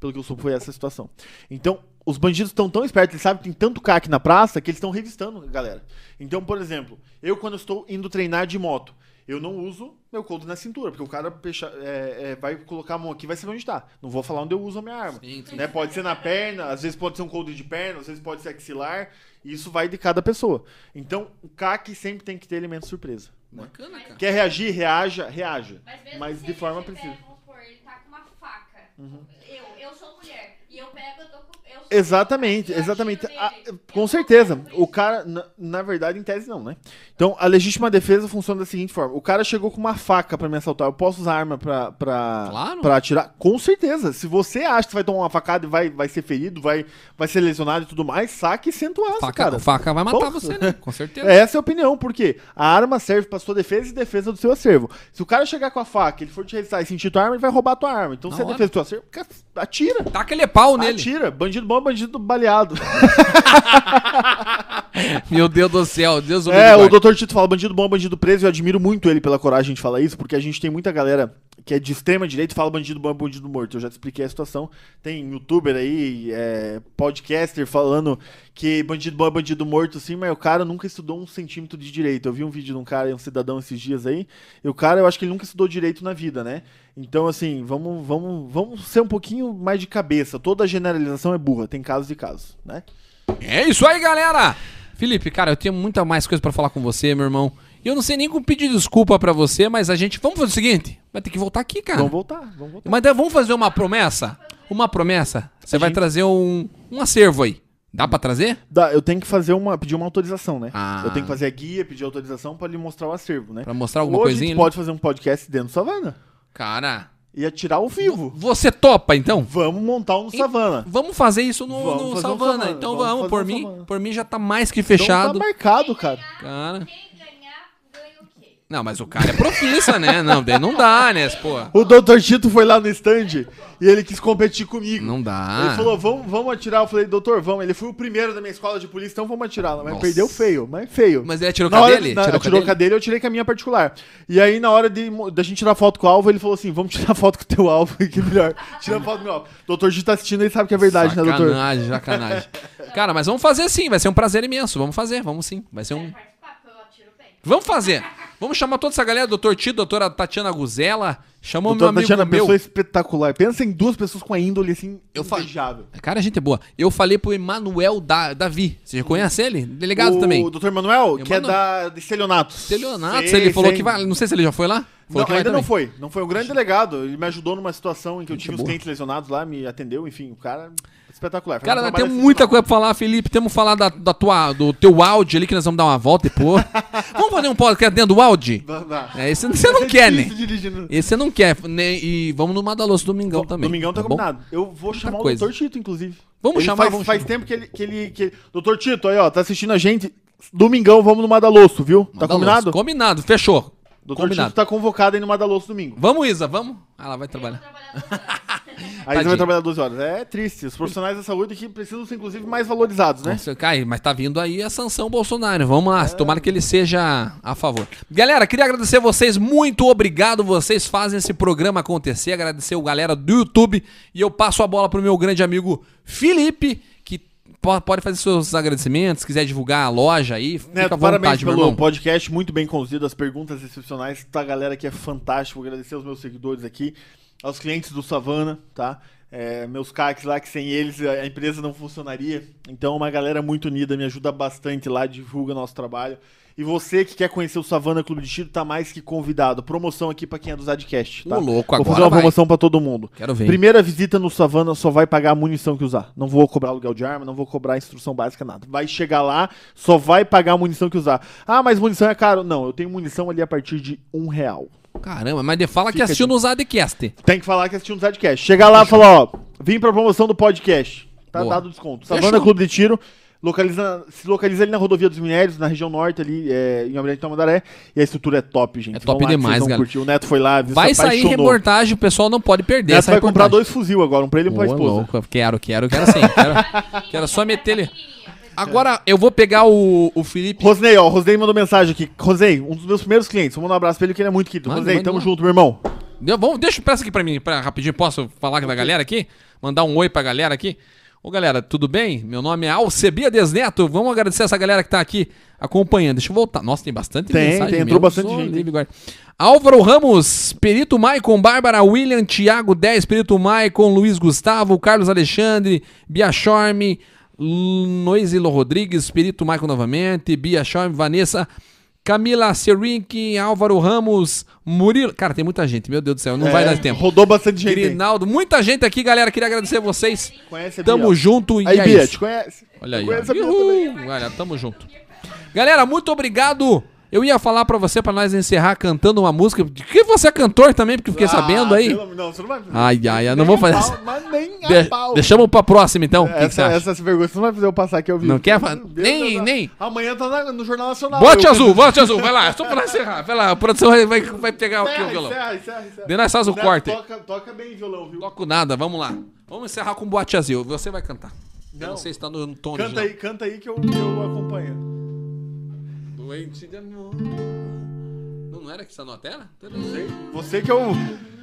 B: Pelo que eu soube, foi essa a situação. Então, os bandidos estão tão espertos, eles sabem que tem tanto CAC na praça que eles estão revistando a galera. Então, por exemplo, eu quando eu estou indo treinar de moto, eu não uso meu coldre na cintura, porque o cara pecha- é, é, vai colocar a mão aqui e vai saber onde está. Não vou falar onde eu uso a minha arma.
A: Sim, sim.
B: Né? Pode ser na perna, às vezes pode ser um coldre de perna, às vezes pode ser axilar. Isso vai de cada pessoa. Então, o CAC sempre tem que ter elemento surpresa. né?
A: Bacana, cara.
B: Quer reagir, reaja, reaja.
C: Mas mesmo
B: Mas
C: se
B: de
C: ele
B: forma Uhum.
C: tiver,
B: precisa.
C: Vamos supor, ele tá com uma faca. Eu, eu sou mulher. E eu pego, eu tô com. Eu sou
B: Exatamente,
C: mulher, e eu
B: exatamente.
C: atiro
B: Ah,
C: nele. Eu
B: com
C: não
B: certeza.
C: quero
B: O
C: isso.
B: cara, na, na verdade, em tese não, né? Então, a legítima defesa funciona da seguinte forma: o cara chegou com uma faca pra me assaltar. Eu posso usar arma pra, pra,
A: Claro.
B: pra atirar? Com certeza. Se você acha que você vai tomar uma facada e vai, vai ser ferido, vai, vai ser lesionado e tudo mais, saque e senta o aço,
A: Faca,
B: cara.
A: faca vai matar
B: Porra.
A: você, né? Com certeza.
B: Essa é a opinião, porque a arma serve pra sua defesa e defesa do seu acervo. Se o cara chegar com a faca, ele for te resistar e sentir tua arma, ele vai roubar tua arma. Então,
A: Na
B: se é
A: hora.
B: defesa do seu acervo, cara, atira.
A: Taca ele pau nele.
B: Atira, bandido bom, é bandido baleado.
A: Meu Deus do céu, Deus do
B: É, o Dr. Tito fala, bandido bom, bandido preso, eu admiro muito ele pela coragem de falar isso, porque a gente tem muita galera que é de extrema direita e fala bandido bom, bandido morto. Eu já te expliquei a situação. Tem youtuber aí, é, podcaster falando que bandido bom é bandido morto, sim, mas o cara nunca estudou um centímetro de direito. Eu vi um vídeo de um cara, um cidadão esses dias aí, e o cara, eu acho que ele nunca estudou direito na vida, né? Então, assim, vamos, vamos, vamos ser um pouquinho mais de cabeça. Toda generalização é burra, tem casos e casos, né?
A: É isso aí, galera! Felipe, cara, eu tenho muita mais coisa pra falar com você, meu irmão. E eu não sei nem como pedir desculpa pra você, mas a gente. Vamos fazer o seguinte? Vai ter que voltar aqui, cara.
B: Vamos voltar, vamos voltar.
A: Mas daí vamos fazer uma promessa? Uma promessa? Você
B: A
A: vai
B: gente-
A: trazer um, um acervo aí. Dá pra trazer?
B: Dá, eu tenho que fazer uma, pedir uma autorização, né?
A: Ah.
B: Eu tenho que fazer a guia, pedir autorização pra lhe mostrar o acervo, né?
A: Pra mostrar alguma
B: Hoje
A: coisinha?
B: tu
A: ali?
B: pode fazer um podcast dentro do Savana
A: Cara.
B: e atirar ao vivo.
A: Você topa, então?
B: Vamos montar um no
A: E-
B: Savana.
A: Vamos fazer isso no,
B: Vamos
A: no
B: fazer um
A: Savana.
B: Savana,
A: Então
B: vamos
A: vamos,
B: fazer
A: por
B: um
A: mim.
B: Savana.
A: Por mim já tá mais que
B: Então
A: fechado.
B: tá marcado, cara.
A: Cara.
C: Quem ganhar, ganha o quê?
A: Não, mas o cara é profissa, né? Não, daí não dá, né? Pô.
B: O Dr. Tito foi lá no stand e ele quis competir comigo.
A: Não dá.
B: Ele falou, vamos, vamos atirar. Eu falei, doutor, vamos. Ele foi o primeiro da minha escola de polícia, então vamos atirar. Mas
A: Nossa.
B: perdeu feio, mas feio.
A: Mas ele atirou
B: Na
A: com a
B: hora,
A: dele?
B: na,
A: Atirou
B: atirou
A: com a
B: com a
A: dele?
B: dele, eu tirei com a minha particular. E aí, na hora de, mo- da gente tirar foto com o alvo, ele falou assim: vamos tirar foto com o teu alvo, que é melhor. Tira foto do meu alvo. Doutor Gito tá assistindo, ele sabe que é verdade, né, doutor?
A: Sacanagem, sacanagem. Cara, mas vamos fazer sim, vai ser um prazer imenso. Vamos fazer, vamos sim. Vai ser um.
C: Quero participar, porque eu atiro bem.
A: Vamos fazer. Vamos chamar toda essa galera, doutor Tito, doutora Tatiana Guzela. Chamou meu
B: Doutor
A: amigo
B: Tatiana,
A: meu.
B: pessoa espetacular. Pensa em duas pessoas com a índole assim,
A: Eu falo-
B: invejável.
A: Cara, gente boa. Eu falei pro Emanuel da... Davi. Você já conhece ele? Delegado
B: o
A: também.
B: doutor Manuel, que é
A: Emmanuel.
B: da de Celionatos.
A: Estelionato,
B: Sei,
A: ele falou
B: sei.
A: que vai. Não sei se ele já foi lá. Falou
B: Não,
A: que vai
B: ainda não
A: também.
B: foi. Não foi um grande delegado. Ele me ajudou numa situação em que eu
A: Gente
B: tive os
A: boa.
B: clientes lesionados lá, me atendeu, enfim, o cara espetacular. Faz
A: Cara,
B: um
A: nós
B: trabalho
A: temos muita
B: excepcional.
A: coisa pra falar, Felipe. Temos que falar da, da tua, do teu áudio ali, que nós vamos dar uma volta e pô. vamos fazer um podcast dentro do áudio?
B: Vai- vai.
A: É, esse você não quer, né?
B: Isso, dirigindo.
A: Esse você não quer. né? E vamos no Madaloso Domingão
B: Bom,
A: também.
B: Domingão tá,
A: bom?
B: combinado. Eu vou chamar
A: coisa.
B: o Dr. Tito, inclusive.
A: Vamos
B: Ele
A: chamar,
B: faz,
A: vamos
B: faz
A: chamar.
B: tempo que ele, que ele. que ele- Dr. Tito, aí, ó, tá assistindo a gente. Domingão, vamos no Madalosso, viu? Tá
A: Madaloso.
B: combinado?
A: Combinado, fechou.
B: Dr.
A: combinado.
B: Tito tá convocado aí no Madalosso domingo.
A: Vamos, Isa, vamos. Ah, ela vai
C: Eu vou
A: trabalhar.
C: trabalhar duas
B: Aí
C: horas.
B: você
A: Tadinho.
B: vai trabalhar 12 horas. É triste. Os profissionais da saúde aqui precisam ser, inclusive, mais valorizados, né?
A: Nossa, Cai, mas tá vindo aí a sanção Bolsonaro. Vamos lá, tomara que ele seja a favor. Galera, queria agradecer vocês, muito obrigado. Vocês fazem esse programa acontecer. Agradecer o galera do YouTube. E eu passo a bola pro meu grande amigo Felipe, que po- pode fazer seus agradecimentos, quiser divulgar a loja aí. Fica à
B: Neto, parabéns
A: vontade, meu
B: pelo
A: irmão.
B: podcast, muito bem conduzido, as perguntas excepcionais, tá, galera, que é fantástico. Vou agradecer aos meus seguidores aqui, aos clientes do Savana, tá? É, meus CACs lá, que sem eles a a empresa não funcionaria. Então, uma galera muito unida, me ajuda bastante lá, divulga nosso trabalho. E você que quer conhecer o Savana Clube de Tiro, tá mais que convidado. Promoção aqui pra quem é do Zadcast, tá?
A: Ô, louco,
B: Vou
A: agora
B: fazer uma
A: vai.
B: promoção pra todo mundo.
A: Quero ver.
B: Primeira visita no Savana só vai pagar a munição que usar. Não vou cobrar aluguel de arma, não vou cobrar instrução básica, nada. Vai chegar lá, só vai pagar a munição que usar. Ah, mas munição é caro. Não, eu tenho munição ali a partir de um real.
A: Caramba, mas de fala que
B: Fica
A: assistiu
B: de-
A: no Zadcast.
B: Tem que falar que assistiu no podcast. Chegar lá e falar, ó, vim pra promoção do podcast. Tá
A: Boa.
B: dado o desconto.
A: Fechou.
B: Savana Clube de Tiro. localiza- se localiza ali na rodovia dos Minérios, na região norte ali, é, em Almirante Tamandaré. E a estrutura é top, gente.
A: É top
B: Vão lá que
A: demais,
B: vocês vão
A: galera.
B: curtir. O Neto foi lá, viu,
A: Vai
B: se
A: sair
B: apaixonou.
A: reportagem, o pessoal não pode perder
B: Neto
A: essa é
B: vai comprar
A: reportagem.
B: dois fuzil agora, um pra ele e um pra
A: Ô,
B: esposa.
A: louco, Quero, quero, quero sim. Quero, quero só meter ele. Agora eu vou pegar o, o Felipe.
B: Rosnei, ó, o Rosnei mandou mensagem aqui. Rosnei, um dos meus primeiros clientes. Vamos dar um abraço pra ele que ele é muito querido.
A: Manda,
B: Rosnei,
A: manda,
B: tamo
A: manda.
B: junto, meu irmão.
A: Deu, vamos, deixa pressa aqui pra mim, pra, rapidinho. Posso falar da galera aqui? Mandar um oi pra galera aqui? Ô galera, tudo bem? Meu nome é Alcebia Desneto. Vamos agradecer essa galera que tá aqui acompanhando. Deixa eu voltar. Nossa, tem bastante
B: Tem,
A: mensagem.
B: tem, entrou
A: meu.
B: bastante
A: Sou
B: gente,
A: livre agora. Álvaro Ramos, Perito Maicon, Bárbara, William, Thiago 10, Perito Maicon, Luiz Gustavo, Carlos Alexandre, Bia Schorme, Noisilo Rodrigues, Perito Maicon novamente, Bia Schorme, Vanessa, Camila Serink, Álvaro Ramos, Murilo. Cara, tem muita gente, meu Deus do céu, não vai
B: É,
A: dar tempo.
B: Rodou bastante gente. aí.
A: Grinaldo, muita gente aqui, galera. Queria agradecer vocês.
B: Conhece a Bia,
A: Tamo
B: ó.
A: junto e
B: Aí,
A: é
B: Bia,
A: isso.
B: te conhece.
A: Olha aí.
B: Conhece a Bia
A: Uhul!
B: também.
A: Olha, tamo junto. Galera, muito obrigado. Eu ia falar pra você, pra nós encerrar cantando uma música. De que você é cantor também, porque eu fiquei sabendo
B: Ah,
A: aí.
B: pelo- Não, você não vai fazer.
A: Ai, ai, ai, não
B: Nem
A: vou
B: a
A: fazer
B: pau,
A: isso.
B: Mas nem a
A: De-
B: pau.
A: deixamos pra próxima, então. O que que você
B: Essa,
A: acha?
B: essas vergonhas você não vai fazer eu passar aqui ao vivo.
A: Não quer fa-
B: Meu Deus,
A: nem-
B: Deus,
A: nem.
B: Amanhã tá na- no Jornal Nacional.
A: Bote
B: Eu-
A: azul, bote azul, vai lá, só pra nós encerrar. Vai lá, a produção vai, vai- vai pegar aqui o
B: Encerra,
A: violão.
B: encerra, encerra, encerra.
A: De nós faz o
B: Neto,
A: corte.
B: Toca, toca bem violão, viu?
A: Toco nada, vamos lá. Vamos encerrar com boate azul, você vai cantar. Eu não sei se tá no, no tom
B: Canta aí, canta aí que eu, que eu acompanho.
A: Doente de amor. Não, não era que está na tela?
B: Você que é o.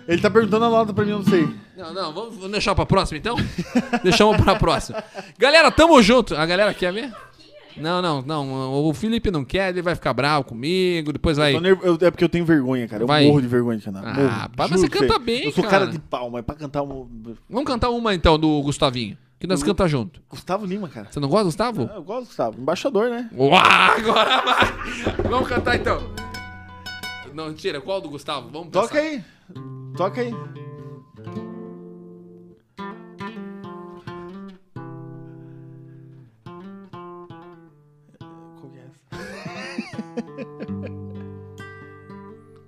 B: Ele tá perguntando a nota pra mim, eu não sei.
A: Não, não, vamos vamos deixar pra próxima então? Deixamos pra próxima. Galera, tamo junto. A galera quer ver? Não, não, não. O Felipe não quer, ele vai ficar bravo comigo, depois vai.
B: Tô nervo- eu- é porque eu tenho vergonha, cara. Eu
A: Vai.
B: morro de vergonha de cantar.
A: Ah,
B: Morro.
A: pá, mas
B: Juro
A: você
B: pra você.
A: canta bem,
B: Eu sou
A: cara.
B: cara de pau, mas pra cantar um.
A: Vamos cantar uma então do Gustavinho. Que nós cantamos junto.
B: Gustavo Lima, cara.
A: Você não gosta, Gustavo?
B: Ah, Eu gosto do Gustavo. Embaixador, né?
A: Uau, agora vai! Vamos cantar então. Não, tira, qual do Gustavo? Vamos pensar.
B: Toca aí. Toca aí. Qual que é essa?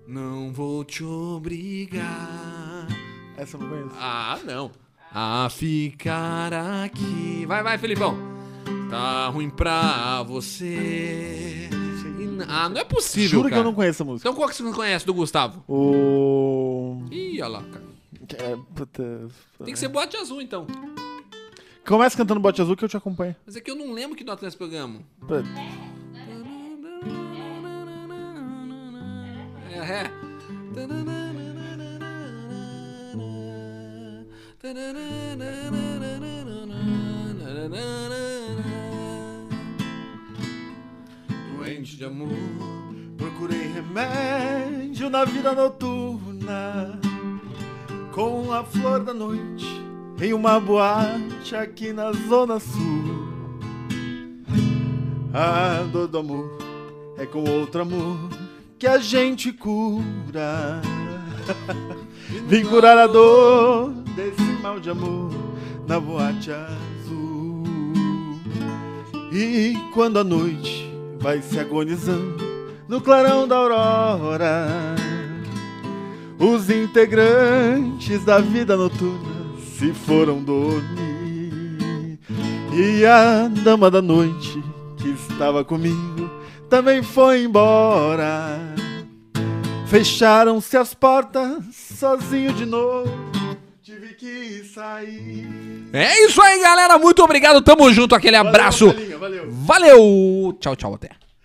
A: Não vou te obrigar.
B: Essa eu não conheço.
A: Ah, não. A ficar aqui. Vai, vai, Felipão. Tá ruim pra você. E n- Ah, não é possível.
B: Juro que
A: cara.
B: eu não conheço a música.
A: Então qual que você não conhece do Gustavo?
B: O.
A: Ih, olha lá, cara.
B: É, puta.
A: Tem que ser boate azul então.
B: Começa cantando Bote Azul que eu te acompanho.
A: Mas é que eu não lembro que nota nós pegamos.
B: Pera-
A: É. Doente de amor.
B: Procurei remédio na vida noturna Com a flor da noite Em uma boate aqui na zona sul A dor do amor É com outro amor Que a gente cura Vim curar a dor Desse mal de amor Na boate azul E quando a noite Vai se agonizando no clarão da aurora. Os integrantes da vida noturna se foram dormir. E a dama da noite que estava comigo também foi embora. Fecharam-se as portas, sozinho de novo. Tive que sair.
A: É isso aí, galera. Muito obrigado. Tamo junto. Aquele abraço.
B: Valeu, Calinha, valeu.
A: Valeu. Tchau, tchau. Até.